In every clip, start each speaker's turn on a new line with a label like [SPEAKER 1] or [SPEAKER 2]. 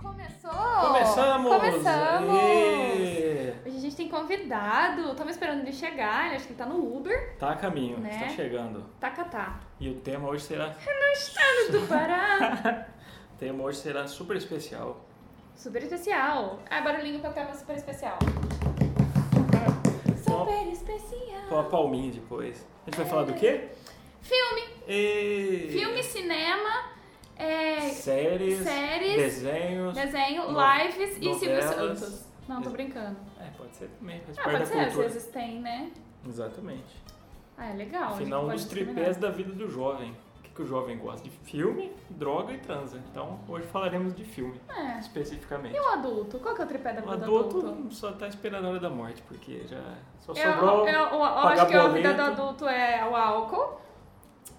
[SPEAKER 1] Começou!
[SPEAKER 2] Começamos!
[SPEAKER 1] Começamos!
[SPEAKER 2] Aê!
[SPEAKER 1] Hoje a gente tem convidado. Estamos esperando ele chegar. Ele acho que ele tá no Uber.
[SPEAKER 2] Tá a caminho,
[SPEAKER 1] Né?
[SPEAKER 2] está chegando.
[SPEAKER 1] Taca, tá.
[SPEAKER 2] E o tema hoje será.
[SPEAKER 1] Estado do Pará.
[SPEAKER 2] O tema hoje será super especial.
[SPEAKER 1] super especial. Ah, barulhinho pra tema super especial. Super
[SPEAKER 2] Com
[SPEAKER 1] especial.
[SPEAKER 2] a palminha depois. A gente vai falar do quê?
[SPEAKER 1] Filme.
[SPEAKER 2] E...
[SPEAKER 1] Filme, cinema, é,
[SPEAKER 2] séries,
[SPEAKER 1] séries,
[SPEAKER 2] desenhos.
[SPEAKER 1] desenho,
[SPEAKER 2] no-
[SPEAKER 1] lives e Silvio
[SPEAKER 2] novelas.
[SPEAKER 1] Santos. Não, tô brincando.
[SPEAKER 2] É, pode ser também, faz
[SPEAKER 1] Ah,
[SPEAKER 2] parte
[SPEAKER 1] pode
[SPEAKER 2] da
[SPEAKER 1] ser. Às
[SPEAKER 2] cultura.
[SPEAKER 1] vezes tem, né?
[SPEAKER 2] Exatamente.
[SPEAKER 1] Ah, é legal. a gente
[SPEAKER 2] Afinal, um
[SPEAKER 1] pode
[SPEAKER 2] dos
[SPEAKER 1] determinar.
[SPEAKER 2] tripés da vida do jovem. O que, que o jovem gosta? De filme, droga e transa. Então, hoje falaremos de filme,
[SPEAKER 1] É.
[SPEAKER 2] especificamente.
[SPEAKER 1] E o adulto? Qual que é o tripé da
[SPEAKER 2] O
[SPEAKER 1] vida do
[SPEAKER 2] adulto só tá esperando a hora da morte, porque já só
[SPEAKER 1] Eu,
[SPEAKER 2] sobrou.
[SPEAKER 1] eu- eu- eu
[SPEAKER 2] pagar
[SPEAKER 1] acho que a vida do
[SPEAKER 2] boleto.
[SPEAKER 1] adulto é o álcool,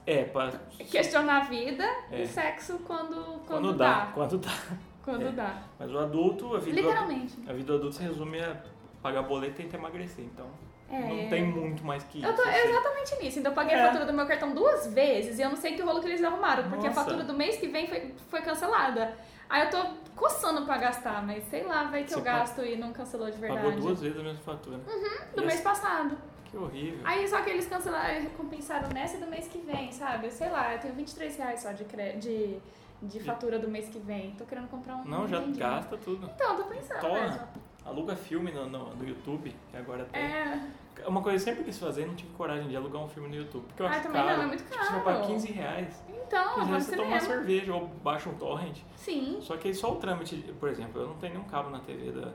[SPEAKER 2] É, pra,
[SPEAKER 1] questionar a vida
[SPEAKER 2] É.
[SPEAKER 1] e sexo quando, quando,
[SPEAKER 2] quando
[SPEAKER 1] dá.
[SPEAKER 2] dá, Quando dá.
[SPEAKER 1] Quando
[SPEAKER 2] É.
[SPEAKER 1] dá.
[SPEAKER 2] Mas o adulto, a vida, do,
[SPEAKER 1] Literalmente.
[SPEAKER 2] a vida do adulto se resume a pagar boleto e tentar emagrecer. Então,
[SPEAKER 1] É.
[SPEAKER 2] não tem muito mais que isso.
[SPEAKER 1] Eu tô
[SPEAKER 2] assim.
[SPEAKER 1] exatamente nisso. Então eu paguei
[SPEAKER 2] É.
[SPEAKER 1] a fatura do meu cartão duas vezes e eu não sei que rolo que eles arrumaram, porque
[SPEAKER 2] Nossa.
[SPEAKER 1] a fatura do mês que vem foi, foi cancelada. Aí eu tô coçando pra gastar, mas sei lá, vai que
[SPEAKER 2] Você
[SPEAKER 1] eu gasto e não cancelou de é verdade. Hum.
[SPEAKER 2] Pagou duas vezes a mesma fatura. Uhum,
[SPEAKER 1] Do mês passado.
[SPEAKER 2] Que horrível.
[SPEAKER 1] Aí só que eles cancelaram, recompensaram nessa e do mês que vem, sabe? Sei lá, eu tenho 23 reais só de, cre... de, de fatura do mês que vem. Tô querendo comprar um.
[SPEAKER 2] não, já
[SPEAKER 1] entendi.
[SPEAKER 2] gasta tudo.
[SPEAKER 1] Então, tô pensando.
[SPEAKER 2] Torra,
[SPEAKER 1] mesmo.
[SPEAKER 2] aluga filme no, no, no YouTube, que agora tem.
[SPEAKER 1] É,
[SPEAKER 2] Uma coisa que eu sempre quis fazer, não tive coragem de alugar um filme no YouTube. Porque eu
[SPEAKER 1] Ah,
[SPEAKER 2] acho
[SPEAKER 1] também não,
[SPEAKER 2] caro.
[SPEAKER 1] é muito
[SPEAKER 2] Tipo, você vai pagar
[SPEAKER 1] caro.
[SPEAKER 2] 15 reais.
[SPEAKER 1] então,
[SPEAKER 2] 15
[SPEAKER 1] eu vou no
[SPEAKER 2] reais você toma uma
[SPEAKER 1] cinema.
[SPEAKER 2] cerveja ou baixa um torrent.
[SPEAKER 1] Sim.
[SPEAKER 2] Só que aí só o trâmite, por exemplo, eu não tenho nenhum cabo na TV da,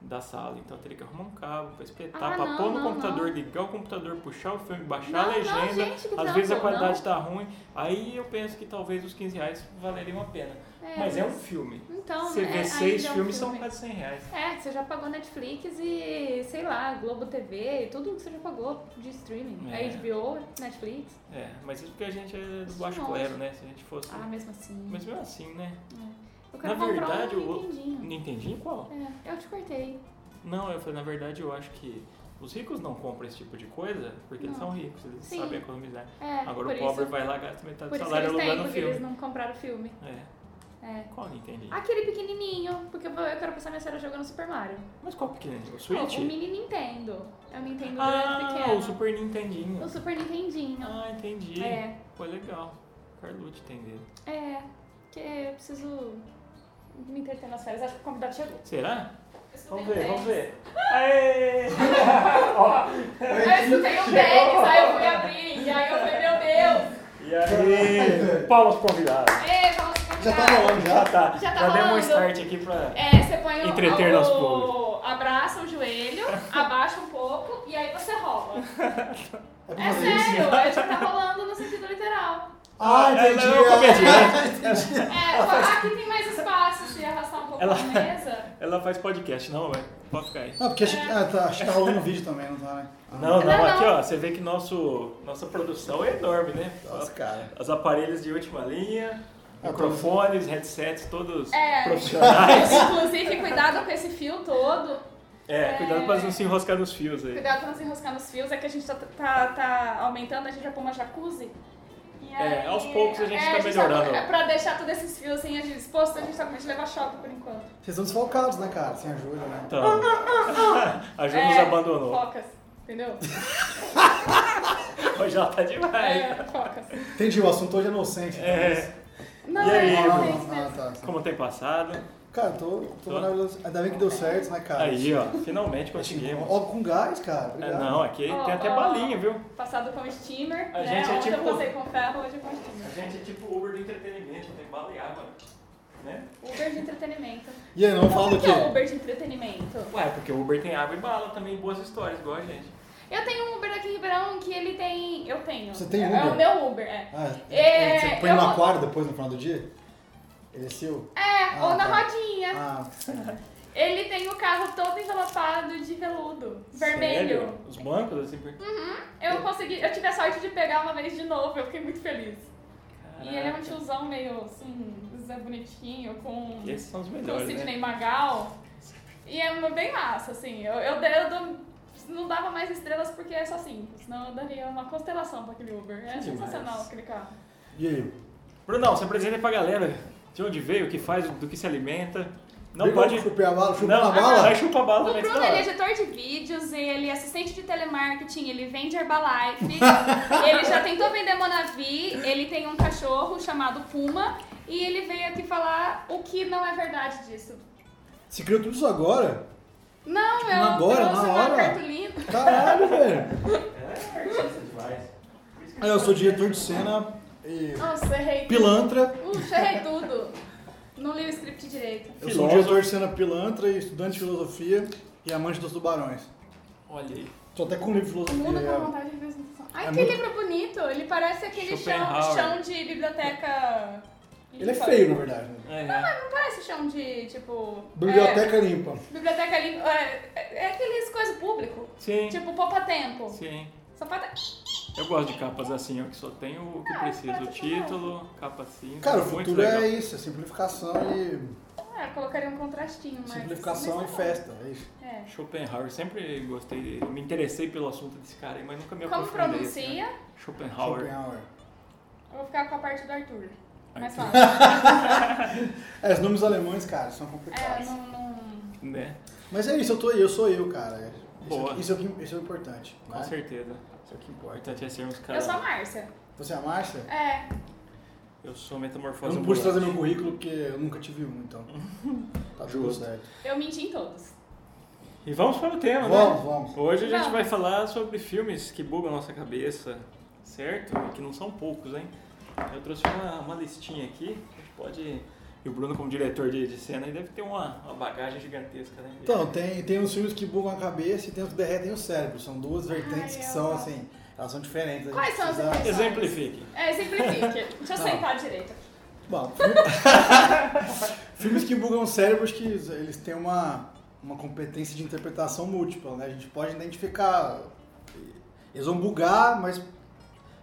[SPEAKER 2] da sala, então eu teria que arrumar um cabo pra espetar,
[SPEAKER 1] Ah,
[SPEAKER 2] pra
[SPEAKER 1] não,
[SPEAKER 2] pôr no
[SPEAKER 1] não,
[SPEAKER 2] computador,
[SPEAKER 1] não.
[SPEAKER 2] ligar o computador, puxar o filme,
[SPEAKER 1] Não,
[SPEAKER 2] baixar
[SPEAKER 1] não,
[SPEAKER 2] a legenda.
[SPEAKER 1] gente, que
[SPEAKER 2] às vezes a
[SPEAKER 1] trampo,
[SPEAKER 2] qualidade
[SPEAKER 1] não.
[SPEAKER 2] tá ruim. Aí eu penso que talvez os 15 reais valeriam a pena.
[SPEAKER 1] É,
[SPEAKER 2] Mas é um filme.
[SPEAKER 1] Então,
[SPEAKER 2] Você
[SPEAKER 1] é,
[SPEAKER 2] vê
[SPEAKER 1] ainda
[SPEAKER 2] seis
[SPEAKER 1] é um
[SPEAKER 2] filmes, são
[SPEAKER 1] filme.
[SPEAKER 2] quase 100 reais.
[SPEAKER 1] É, você já pagou Netflix e, sei lá, Globo TV, e tudo que você já pagou de streaming.
[SPEAKER 2] É.
[SPEAKER 1] É. HBO, Netflix.
[SPEAKER 2] É, mas isso porque a gente é do
[SPEAKER 1] Isso
[SPEAKER 2] baixo
[SPEAKER 1] não.
[SPEAKER 2] clero, né? Se a gente fosse.
[SPEAKER 1] Ah, mesmo assim.
[SPEAKER 2] Mas mesmo assim, né?
[SPEAKER 3] É.
[SPEAKER 1] Eu quero
[SPEAKER 2] na
[SPEAKER 1] comprar
[SPEAKER 2] verdade,
[SPEAKER 1] um
[SPEAKER 2] o-
[SPEAKER 1] Nintendinho.
[SPEAKER 2] Não entendi em qual.
[SPEAKER 1] É, eu te cortei.
[SPEAKER 2] Não, eu falei, na verdade, eu acho que os ricos não compram esse tipo de coisa porque eles
[SPEAKER 1] Não.
[SPEAKER 2] são ricos, eles
[SPEAKER 1] Sim.
[SPEAKER 2] sabem economizar.
[SPEAKER 1] É,
[SPEAKER 2] Agora
[SPEAKER 1] por
[SPEAKER 2] o pobre
[SPEAKER 1] isso,
[SPEAKER 2] vai lá e gasta
[SPEAKER 1] Por isso
[SPEAKER 2] metade do
[SPEAKER 1] que eles
[SPEAKER 2] salário
[SPEAKER 1] têm,
[SPEAKER 2] alugando o
[SPEAKER 1] porque
[SPEAKER 2] filme.
[SPEAKER 1] eles não compraram o filme.
[SPEAKER 2] É,
[SPEAKER 1] É.
[SPEAKER 2] qual eu não entendi?
[SPEAKER 1] Aquele pequenininho, porque eu vou- eu quero passar minha série jogando Super Mario.
[SPEAKER 2] Mas qual pequenininho? O Switch?
[SPEAKER 1] O mini Nintendo. É o Nintendo grande
[SPEAKER 2] ah,
[SPEAKER 1] pequeno.
[SPEAKER 2] o Super Nintendinho.
[SPEAKER 1] O Super Nintendinho.
[SPEAKER 2] Ah, entendi.
[SPEAKER 1] É.
[SPEAKER 2] Pô, legal. Carlucci tem dele.
[SPEAKER 1] É, porque eu preciso me entreter nas férias. Acho que o convidado chegou.
[SPEAKER 2] Será?
[SPEAKER 1] Eu escutei
[SPEAKER 2] Vamos
[SPEAKER 1] um
[SPEAKER 2] ver,
[SPEAKER 1] tênis.
[SPEAKER 2] vamos ver. Aê!
[SPEAKER 1] Eu escutei um tênis, aí eu fui abrir. E aí eu falei, meu Deus.
[SPEAKER 2] E aí? Palmas pro convidado.
[SPEAKER 1] Ei, vamos ficar
[SPEAKER 3] Já tá rolando,
[SPEAKER 2] Já
[SPEAKER 3] já.
[SPEAKER 2] tá.
[SPEAKER 1] Já tá
[SPEAKER 2] demos um
[SPEAKER 1] rolando.
[SPEAKER 2] start aqui pra...
[SPEAKER 1] É, você põe o, o,
[SPEAKER 2] Entreter nosso público.
[SPEAKER 1] Abraça o joelho, abaixa um pouco e aí você rola.
[SPEAKER 3] É pra
[SPEAKER 1] É
[SPEAKER 3] fazer isso?
[SPEAKER 1] sério, é já tá rolando no sentido literal.
[SPEAKER 3] Ah, entendi.
[SPEAKER 2] Ela é uma
[SPEAKER 3] comediante.
[SPEAKER 1] É, aqui tem mais espaço se arrastar um pouco
[SPEAKER 2] Ela-
[SPEAKER 1] na mesa.
[SPEAKER 2] Ela faz podcast, não, ué? Pode ficar aí.
[SPEAKER 3] Não, porque acho que, ah, tá, acho que tá rolando vídeo também, não tá, né? Ah,
[SPEAKER 2] Não, não,
[SPEAKER 1] Não,
[SPEAKER 2] aqui
[SPEAKER 1] não.
[SPEAKER 2] ó, você vê que nosso, nossa produção é enorme, né?
[SPEAKER 3] Nossa, cara.
[SPEAKER 2] Os aparelhos de última linha,
[SPEAKER 3] Ah,
[SPEAKER 2] microfones, headsets, todos
[SPEAKER 1] É.
[SPEAKER 2] profissionais.
[SPEAKER 1] Inclusive, cuidado com esse fio todo.
[SPEAKER 2] É, cuidado pra não se enroscar nos fios aí.
[SPEAKER 1] Cuidado pra não se enroscar nos fios. É que a gente tá, tá, tá aumentando, a gente já põe uma jacuzzi. E
[SPEAKER 2] É,
[SPEAKER 1] aí-
[SPEAKER 2] aos poucos a gente
[SPEAKER 1] é,
[SPEAKER 2] tá melhorando.
[SPEAKER 1] é, pra deixar todos esses fios assim, a gente exposto, a gente tá com medo de levar choque por enquanto.
[SPEAKER 3] Vocês estão desfalcados, né, cara? Sem ajuda, né?
[SPEAKER 2] Então, a Ju nos
[SPEAKER 1] É,
[SPEAKER 2] abandonou.
[SPEAKER 1] Focas, entendeu?
[SPEAKER 2] Hoje ela tá demais.
[SPEAKER 1] É, focas.
[SPEAKER 3] Entendi, o assunto hoje é inocente. então
[SPEAKER 2] É.
[SPEAKER 3] é isso.
[SPEAKER 1] Não,
[SPEAKER 2] E aí,
[SPEAKER 1] é
[SPEAKER 3] Ah,
[SPEAKER 1] realmente
[SPEAKER 3] não, ah,
[SPEAKER 1] mesmo.
[SPEAKER 3] tá. tá.
[SPEAKER 2] Como tem passado.
[SPEAKER 3] Cara, tô, tô maravilhoso. Ainda bem que deu certo, né, cara?
[SPEAKER 2] Aí, ó, finalmente conseguimos.
[SPEAKER 3] Ó, com gás, cara.
[SPEAKER 2] É,
[SPEAKER 3] Obrigado.
[SPEAKER 2] não, aqui
[SPEAKER 1] Ó,
[SPEAKER 2] tem até
[SPEAKER 1] ó.
[SPEAKER 2] balinha, viu?
[SPEAKER 1] Passado com steamer,
[SPEAKER 2] A
[SPEAKER 1] né?
[SPEAKER 2] gente é
[SPEAKER 1] Ontem
[SPEAKER 2] tipo-
[SPEAKER 1] eu passei com ferro, hoje é com steamer.
[SPEAKER 2] gente é tipo Uber do entretenimento, tem bala e água, né?
[SPEAKER 1] Uber de entretenimento.
[SPEAKER 3] E aí, não vamos
[SPEAKER 1] Então,
[SPEAKER 3] falar
[SPEAKER 1] o
[SPEAKER 3] do
[SPEAKER 1] que que é
[SPEAKER 3] quê?
[SPEAKER 1] Uber de entretenimento?
[SPEAKER 2] Ué, porque Uber tem água e bala também, boas histórias, igual a gente.
[SPEAKER 1] Eu tenho um Uber aqui em Ribeirão que ele tem. Eu tenho.
[SPEAKER 3] Você tem
[SPEAKER 1] É- É
[SPEAKER 3] Uber?
[SPEAKER 1] o meu Uber, é.
[SPEAKER 3] Ah,
[SPEAKER 1] É,
[SPEAKER 3] você põe
[SPEAKER 1] eu-
[SPEAKER 3] no aquário depois no final do dia? Ele é seu?
[SPEAKER 1] É,
[SPEAKER 3] Ah,
[SPEAKER 1] ou na
[SPEAKER 3] tá.
[SPEAKER 1] rodinha.
[SPEAKER 3] Ah,
[SPEAKER 1] Ele tem o carro todo envelopado de veludo, vermelho. Hum.
[SPEAKER 2] Sério? Os bancos, assim, por...
[SPEAKER 1] Eu consegui, eu tive a sorte de pegar uma vez de novo, eu fiquei muito feliz. E ele é um
[SPEAKER 2] Caraca.
[SPEAKER 1] tiozão meio assim, Zé Bonitinho, com,
[SPEAKER 2] Esses são os
[SPEAKER 1] com o
[SPEAKER 2] melhores, né?
[SPEAKER 1] Então, Sidney Magal. E é uma- bem massa, assim. Eu, eu, dei- eu dou- não dava mais estrelas porque é só cinco, senão eu daria uma constelação pra aquele Uber. É
[SPEAKER 2] Demais.
[SPEAKER 1] sensacional aquele carro.
[SPEAKER 3] e aí?
[SPEAKER 2] Brunão, se apresenta pra galera de onde veio, o que faz, do que se alimenta. Não
[SPEAKER 3] Vem
[SPEAKER 2] pode...
[SPEAKER 3] como Chupar a bala, chupar
[SPEAKER 2] Não,
[SPEAKER 3] a bala?
[SPEAKER 2] vai chupar bala
[SPEAKER 1] O
[SPEAKER 2] também.
[SPEAKER 1] Bruno
[SPEAKER 2] tá lá.
[SPEAKER 1] ele é editor de vídeos, ele é assistente de telemarketing, ele vende Herbalife, ele já tentou vender Monavi, ele tem um cachorro chamado Puma e ele veio aqui falar o que não é verdade disso.
[SPEAKER 3] Você criou tudo isso agora?
[SPEAKER 1] Não, eu
[SPEAKER 3] Agora,
[SPEAKER 1] trouxe
[SPEAKER 3] Tipo, na
[SPEAKER 1] uma
[SPEAKER 3] hora?
[SPEAKER 1] cartolina.
[SPEAKER 3] Caralho, velho.
[SPEAKER 2] É, artista demais. Por isso que
[SPEAKER 3] Eu sou diretor de cena e
[SPEAKER 1] Nossa, errei.
[SPEAKER 3] pilantra.
[SPEAKER 1] Puxa, errei tudo. Não li o script direito.
[SPEAKER 3] Eu sou
[SPEAKER 2] Filósofo.
[SPEAKER 3] diretor de cena pilantra e estudante de filosofia e amante dos tubarões.
[SPEAKER 2] Olha aí.
[SPEAKER 3] Tô até com um livro de
[SPEAKER 1] O mundo com
[SPEAKER 3] filosofia.
[SPEAKER 1] vontade de representação. Ai,
[SPEAKER 3] É
[SPEAKER 1] que
[SPEAKER 3] muito-
[SPEAKER 1] livro bonito! Ele parece aquele chão,
[SPEAKER 2] Schopenhauer.
[SPEAKER 1] chão de biblioteca.
[SPEAKER 3] Ele é feio, na verdade. né?
[SPEAKER 2] É,
[SPEAKER 1] Não,
[SPEAKER 2] é.
[SPEAKER 1] mas não parece chão de, tipo...
[SPEAKER 3] Biblioteca limpa.
[SPEAKER 1] É, biblioteca limpa. É, é- é aqueles coisas público.
[SPEAKER 2] Sim,
[SPEAKER 1] Tipo, poupa tempo.
[SPEAKER 2] sim.
[SPEAKER 1] Só falta...
[SPEAKER 2] Eu gosto de capas assim, eu que só tenho o que
[SPEAKER 1] Ah,
[SPEAKER 2] preciso. O
[SPEAKER 1] pode ser
[SPEAKER 2] título, capa simples.
[SPEAKER 3] Cara, o
[SPEAKER 2] muito
[SPEAKER 3] futuro
[SPEAKER 2] legal.
[SPEAKER 3] é isso, é simplificação e.
[SPEAKER 1] Ah, eu colocaria um contrastinho, mas...
[SPEAKER 3] Simplificação e
[SPEAKER 1] mas tá bom.
[SPEAKER 3] festa, é isso.
[SPEAKER 1] É.
[SPEAKER 2] Schopenhauer, sempre gostei, me interessei pelo assunto desse cara, aí, mas nunca me
[SPEAKER 1] Como
[SPEAKER 2] aprofundei. assim,
[SPEAKER 1] pronuncia?
[SPEAKER 2] né? Schopenhauer.
[SPEAKER 3] Schopenhauer.
[SPEAKER 1] Eu vou ficar com a parte do Arthur. Mais
[SPEAKER 2] Arthur.
[SPEAKER 1] fácil.
[SPEAKER 3] É, os nomes alemães, cara, são
[SPEAKER 1] É,
[SPEAKER 3] complicados.
[SPEAKER 1] não... não...
[SPEAKER 2] Né?
[SPEAKER 3] Mas é isso, eu tô aí, eu sou eu, cara. Isso,
[SPEAKER 2] Boa.
[SPEAKER 3] é- Isso, é, o que- isso é o importante.
[SPEAKER 2] Com
[SPEAKER 3] né?
[SPEAKER 2] certeza.
[SPEAKER 3] Isso é o que
[SPEAKER 2] O
[SPEAKER 3] importa.
[SPEAKER 2] importante é sermos
[SPEAKER 1] Eu
[SPEAKER 2] caras.
[SPEAKER 1] sou a Márcia.
[SPEAKER 3] Você é a Márcia?
[SPEAKER 1] É.
[SPEAKER 2] Eu sou
[SPEAKER 3] Eu
[SPEAKER 2] metamorfose.
[SPEAKER 3] não pude trazer
[SPEAKER 2] ambulante.
[SPEAKER 3] meu currículo porque eu nunca tive um, então. Tá tudo
[SPEAKER 2] Justo.
[SPEAKER 3] certo.
[SPEAKER 1] Eu menti em todos.
[SPEAKER 2] E vamos para o tema,
[SPEAKER 3] Vamos,
[SPEAKER 2] né?
[SPEAKER 3] vamos.
[SPEAKER 2] Hoje a gente
[SPEAKER 1] Vamos.
[SPEAKER 2] vai falar sobre filmes que bugam a nossa cabeça, certo? E que não são poucos, hein? Eu trouxe uma, uma listinha aqui, a gente pode... E o Bruno, como diretor de, de cena, ele deve ter uma, uma bagagem gigantesca, né?
[SPEAKER 3] Então, tem, tem uns filmes que bugam a cabeça e tem uns que derretem o cérebro. São duas vertentes
[SPEAKER 1] Ai,
[SPEAKER 3] que
[SPEAKER 1] eu
[SPEAKER 3] são,
[SPEAKER 1] amo.
[SPEAKER 3] assim, elas são diferentes. a gente
[SPEAKER 1] Quais são as
[SPEAKER 3] precisa-
[SPEAKER 1] vertentes?
[SPEAKER 2] Exemplifique.
[SPEAKER 1] É, simplifique. Deixa eu
[SPEAKER 3] Tá.
[SPEAKER 1] sentar à direita.
[SPEAKER 3] Bom, filme- filmes que bugam cérebros que eles têm uma, uma competência de interpretação múltipla, né? A gente pode identificar. Eles vão bugar, mas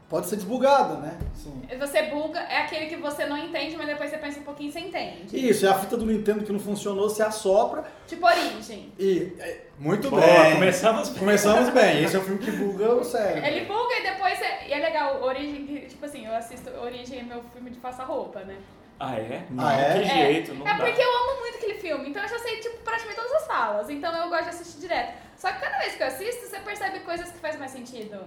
[SPEAKER 3] pode ser desbugada, né? Assim.
[SPEAKER 1] Você buga, é aquele que você não entende, mas depois você pensa um pouquinho e você entende.
[SPEAKER 3] Isso, é a fita do Nintendo que não funcionou, você assopra
[SPEAKER 1] Tipo origem.
[SPEAKER 3] e. é, Muito
[SPEAKER 2] Boa,
[SPEAKER 3] bem!
[SPEAKER 2] começamos bem.
[SPEAKER 3] Começamos bem, esse é o filme que buga o cérebro.
[SPEAKER 1] Ele buga e depois é. E é legal, Origem, que- tipo assim, eu assisto Origem é meu filme de faça-roupa, né?
[SPEAKER 2] Ah, é?
[SPEAKER 3] Ah, é?
[SPEAKER 2] Que jeito, não
[SPEAKER 1] é
[SPEAKER 2] dá.
[SPEAKER 1] porque eu amo muito aquele filme, então eu já sei, tipo, praticamente todas as salas. Então eu gosto de assistir direto. Só que cada vez que eu assisto, você percebe coisas que faz mais sentido.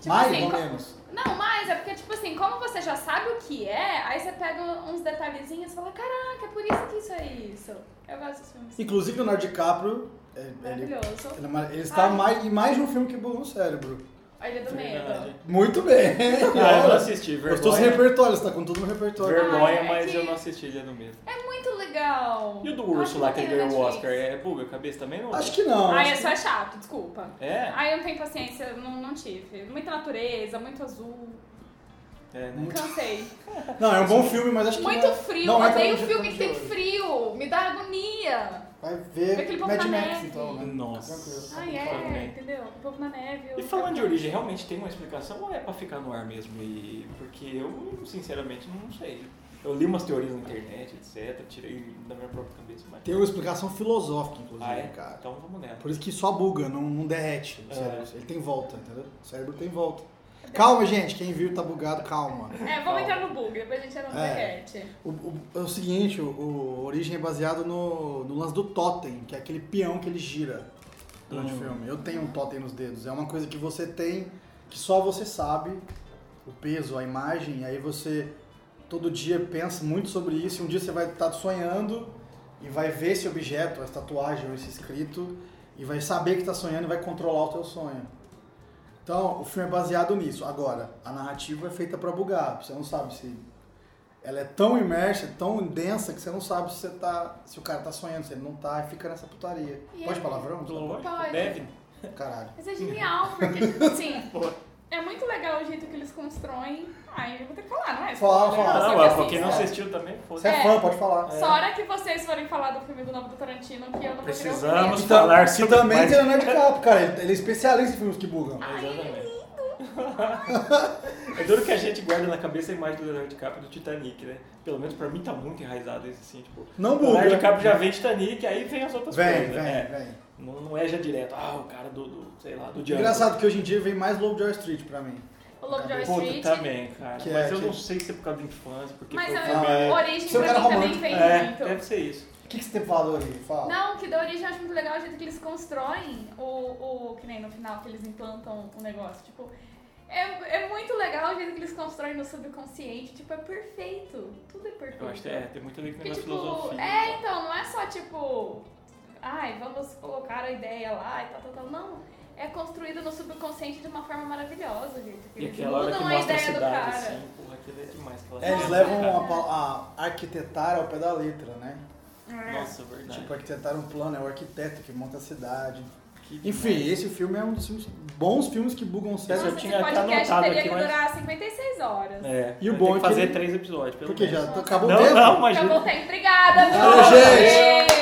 [SPEAKER 1] Tipo
[SPEAKER 3] Mais
[SPEAKER 1] assim,
[SPEAKER 3] ou
[SPEAKER 1] co-
[SPEAKER 3] menos.
[SPEAKER 1] Não, mas é porque, tipo assim, como você já sabe o que é, aí você pega uns detalhezinhos e fala, caraca, é por isso que isso é isso. Eu gosto desses filmes.
[SPEAKER 3] Inclusive, Leonardo DiCaprio, é, ele,
[SPEAKER 1] Maravilhoso.
[SPEAKER 3] ele é mar- ele está
[SPEAKER 1] Ah.
[SPEAKER 3] mais, em mais de um filme que bugou o cérebro.
[SPEAKER 1] A Ilha do Medo.
[SPEAKER 2] É Verdade.
[SPEAKER 3] Muito bem!
[SPEAKER 2] Ah, eu não
[SPEAKER 1] assim,
[SPEAKER 2] assisti, vergonha.
[SPEAKER 3] Gostou do repertório, você tá com todo no repertório.
[SPEAKER 2] Vergonha,
[SPEAKER 1] Ah, é
[SPEAKER 2] mas
[SPEAKER 1] que-
[SPEAKER 2] eu não assisti ele é no mesmo.
[SPEAKER 1] É muito legal.
[SPEAKER 2] E o do
[SPEAKER 1] Eu acho
[SPEAKER 2] urso lá que
[SPEAKER 1] tem
[SPEAKER 2] ele ganhou
[SPEAKER 1] na
[SPEAKER 2] o
[SPEAKER 1] Netflix.
[SPEAKER 2] Oscar, é buga a cabeça também? Não?
[SPEAKER 3] Acho que não.
[SPEAKER 1] Ai, é
[SPEAKER 3] acho
[SPEAKER 1] só é chato, desculpa.
[SPEAKER 2] É?
[SPEAKER 1] Ai, eu não tenho paciência, eu não, não tive. Muita natureza, muito azul.
[SPEAKER 2] É, né?
[SPEAKER 3] Muito-
[SPEAKER 1] Cansei.
[SPEAKER 3] que- Não, é um bom filme, mas acho que.
[SPEAKER 1] Muito
[SPEAKER 3] não-
[SPEAKER 1] frio,
[SPEAKER 3] não entra
[SPEAKER 1] odeio
[SPEAKER 3] no
[SPEAKER 1] filme que tem
[SPEAKER 3] hoje.
[SPEAKER 1] frio. Me dá agonia.
[SPEAKER 3] Vai
[SPEAKER 1] Vê aquele
[SPEAKER 3] ver
[SPEAKER 1] povo
[SPEAKER 3] Mad
[SPEAKER 1] na
[SPEAKER 3] Max,
[SPEAKER 1] neve.
[SPEAKER 3] então, né?
[SPEAKER 2] Nossa.
[SPEAKER 3] Tranquilo.
[SPEAKER 1] Ai, é,
[SPEAKER 2] Também.
[SPEAKER 1] entendeu? O povo na neve. eu-
[SPEAKER 2] E falando de origem, realmente tem uma explicação ou é pra ficar no ar mesmo? E... Porque eu, sinceramente, não sei. Eu li umas teorias na internet, etc. Tirei da minha própria cabeça, mas...
[SPEAKER 3] Tem uma explicação filosófica, inclusive,
[SPEAKER 2] Ah, é?
[SPEAKER 3] cara.
[SPEAKER 2] Então vamos nela.
[SPEAKER 3] Por isso que só buga, não, não derrete o
[SPEAKER 2] É.
[SPEAKER 3] cérebro. Ele tem volta, entendeu? O cérebro tem volta. Calma, gente. Quem viu tá bugado, calma.
[SPEAKER 1] É, vamos entrar no bug, depois a gente entra no
[SPEAKER 3] É.
[SPEAKER 1] Beckett.
[SPEAKER 3] O, o- é o seguinte, o, o Origem é baseado no, no lance do totem, que é aquele peão que ele gira durante o
[SPEAKER 2] Hum.
[SPEAKER 3] filme. Eu tenho um totem nos dedos. É uma coisa que você tem, que só você sabe, o peso, a imagem, e aí você todo dia pensa muito sobre isso, e um dia você vai estar sonhando e vai ver esse objeto, essa tatuagem ou esse escrito, e vai saber que está sonhando e vai controlar o teu sonho. Então, o filme é baseado nisso. Agora, a narrativa é feita para bugar. Você não sabe se ela é tão imersa, tão densa que você não sabe se você tá, se o cara tá sonhando, se ele não tá, e fica nessa putaria.
[SPEAKER 1] E
[SPEAKER 3] Pode
[SPEAKER 1] é-
[SPEAKER 3] palavrão?
[SPEAKER 2] Lógico,
[SPEAKER 1] Pode.
[SPEAKER 2] deve.
[SPEAKER 3] Caralho.
[SPEAKER 1] Mas é genial, porque, tipo assim, é muito legal o jeito que eles constroem. Ai, eu vou ter que falar, não é?
[SPEAKER 3] Fala,
[SPEAKER 1] Spoiler,
[SPEAKER 3] fala.
[SPEAKER 1] não,
[SPEAKER 2] Não,
[SPEAKER 3] Nossa,
[SPEAKER 1] só que
[SPEAKER 2] mas pra
[SPEAKER 1] assim,
[SPEAKER 2] quem não
[SPEAKER 1] só-
[SPEAKER 2] assistiu também,
[SPEAKER 3] Você
[SPEAKER 2] foda-se.
[SPEAKER 3] é,
[SPEAKER 1] É.
[SPEAKER 3] fã, pode falar.
[SPEAKER 1] Só a hora que vocês forem falar do filme do novo do Tarantino, que eu não vou querer
[SPEAKER 2] Precisamos.
[SPEAKER 3] E
[SPEAKER 1] ouvir.
[SPEAKER 2] Vamos
[SPEAKER 3] tam-
[SPEAKER 2] falar
[SPEAKER 3] e
[SPEAKER 2] sobre
[SPEAKER 3] Então, também
[SPEAKER 2] mais-
[SPEAKER 3] tem o Nerd Cap, cara. Ele, ele é especialista em filmes que bugam.
[SPEAKER 1] Ah,
[SPEAKER 2] Exatamente. É duro que a gente guarda na cabeça a imagem do Leonardo DiCaprio do Titanic, né? Pelo menos pra mim tá muito enraizado esse, assim, tipo...
[SPEAKER 3] Não
[SPEAKER 2] O Leonardo
[SPEAKER 3] buga.
[SPEAKER 2] DiCaprio já vem Titanic, aí vem as outras
[SPEAKER 3] Vem,
[SPEAKER 2] coisas,
[SPEAKER 3] vem,
[SPEAKER 2] né? É.
[SPEAKER 3] vem.
[SPEAKER 2] Não, não é já direto, ah, o cara do, do, sei lá, do Django.
[SPEAKER 3] Engraçado que hoje em dia vem mais Lobo de Wall Street pra mim.
[SPEAKER 1] O Lobo de Wall
[SPEAKER 2] Puta,
[SPEAKER 1] Street.
[SPEAKER 2] também, cara.
[SPEAKER 3] Que
[SPEAKER 2] mas
[SPEAKER 3] é,
[SPEAKER 2] eu
[SPEAKER 3] que-
[SPEAKER 2] não sei se é por causa da infância, porque...
[SPEAKER 1] Mas
[SPEAKER 2] foi-
[SPEAKER 1] a
[SPEAKER 3] Não, é-
[SPEAKER 1] origem
[SPEAKER 3] Seu
[SPEAKER 1] pra
[SPEAKER 3] cara
[SPEAKER 1] mim também
[SPEAKER 3] romântico.
[SPEAKER 1] fez
[SPEAKER 2] É,
[SPEAKER 1] muito.
[SPEAKER 2] deve ser isso.
[SPEAKER 3] O que, que você falou ali? Fala.
[SPEAKER 1] Não, que da origem eu acho muito legal o jeito que eles constroem o, o que nem no final que eles implantam o negócio. Tipo, é, é muito legal o jeito que eles constroem no subconsciente. Tipo, é perfeito. Tudo é perfeito.
[SPEAKER 2] Eu acho que é, tem muito a ver com o
[SPEAKER 1] Porque,
[SPEAKER 2] negócio de
[SPEAKER 1] tipo,
[SPEAKER 2] filosofia.
[SPEAKER 1] é, então, não é só tipo, ai, vamos colocar a ideia lá e tal, tal, tal. Não. É construído no subconsciente de uma forma maravilhosa, gente.
[SPEAKER 2] E
[SPEAKER 1] Eles
[SPEAKER 2] aquela hora que
[SPEAKER 1] mudam
[SPEAKER 2] mostra a
[SPEAKER 1] ideia do
[SPEAKER 2] cidade,
[SPEAKER 1] cara.
[SPEAKER 2] assim, porra, aquilo é demais. aquela
[SPEAKER 3] É, eles
[SPEAKER 2] cidade,
[SPEAKER 3] levam
[SPEAKER 2] cara.
[SPEAKER 3] a, pal- a arquitetar ao pé da letra, né?
[SPEAKER 1] É.
[SPEAKER 2] Nossa, verdade.
[SPEAKER 3] Tipo, arquitetar um plano, é o arquiteto que monta a cidade.
[SPEAKER 2] Que demais.
[SPEAKER 3] Enfim, esse filme é um dos filmes- bons filmes que bugam o
[SPEAKER 2] Esse
[SPEAKER 1] Nossa,
[SPEAKER 2] eu
[SPEAKER 3] cérebro.
[SPEAKER 1] esse
[SPEAKER 2] tinha até
[SPEAKER 1] podcast
[SPEAKER 2] anotado
[SPEAKER 1] teria
[SPEAKER 2] aqui,
[SPEAKER 1] que
[SPEAKER 2] mas-
[SPEAKER 1] durar 56 horas.
[SPEAKER 2] É,
[SPEAKER 3] E o
[SPEAKER 2] vai
[SPEAKER 3] bom
[SPEAKER 2] ter
[SPEAKER 3] é que
[SPEAKER 2] que fazer
[SPEAKER 3] ele-
[SPEAKER 2] três episódios,
[SPEAKER 1] é
[SPEAKER 2] pelo
[SPEAKER 3] Porque
[SPEAKER 2] menos.
[SPEAKER 3] já né? acabou o
[SPEAKER 2] Não,
[SPEAKER 3] tempo.
[SPEAKER 2] não,
[SPEAKER 1] Eu
[SPEAKER 2] imagina.
[SPEAKER 1] voltei. Obrigada,
[SPEAKER 3] Valeu,
[SPEAKER 1] gente!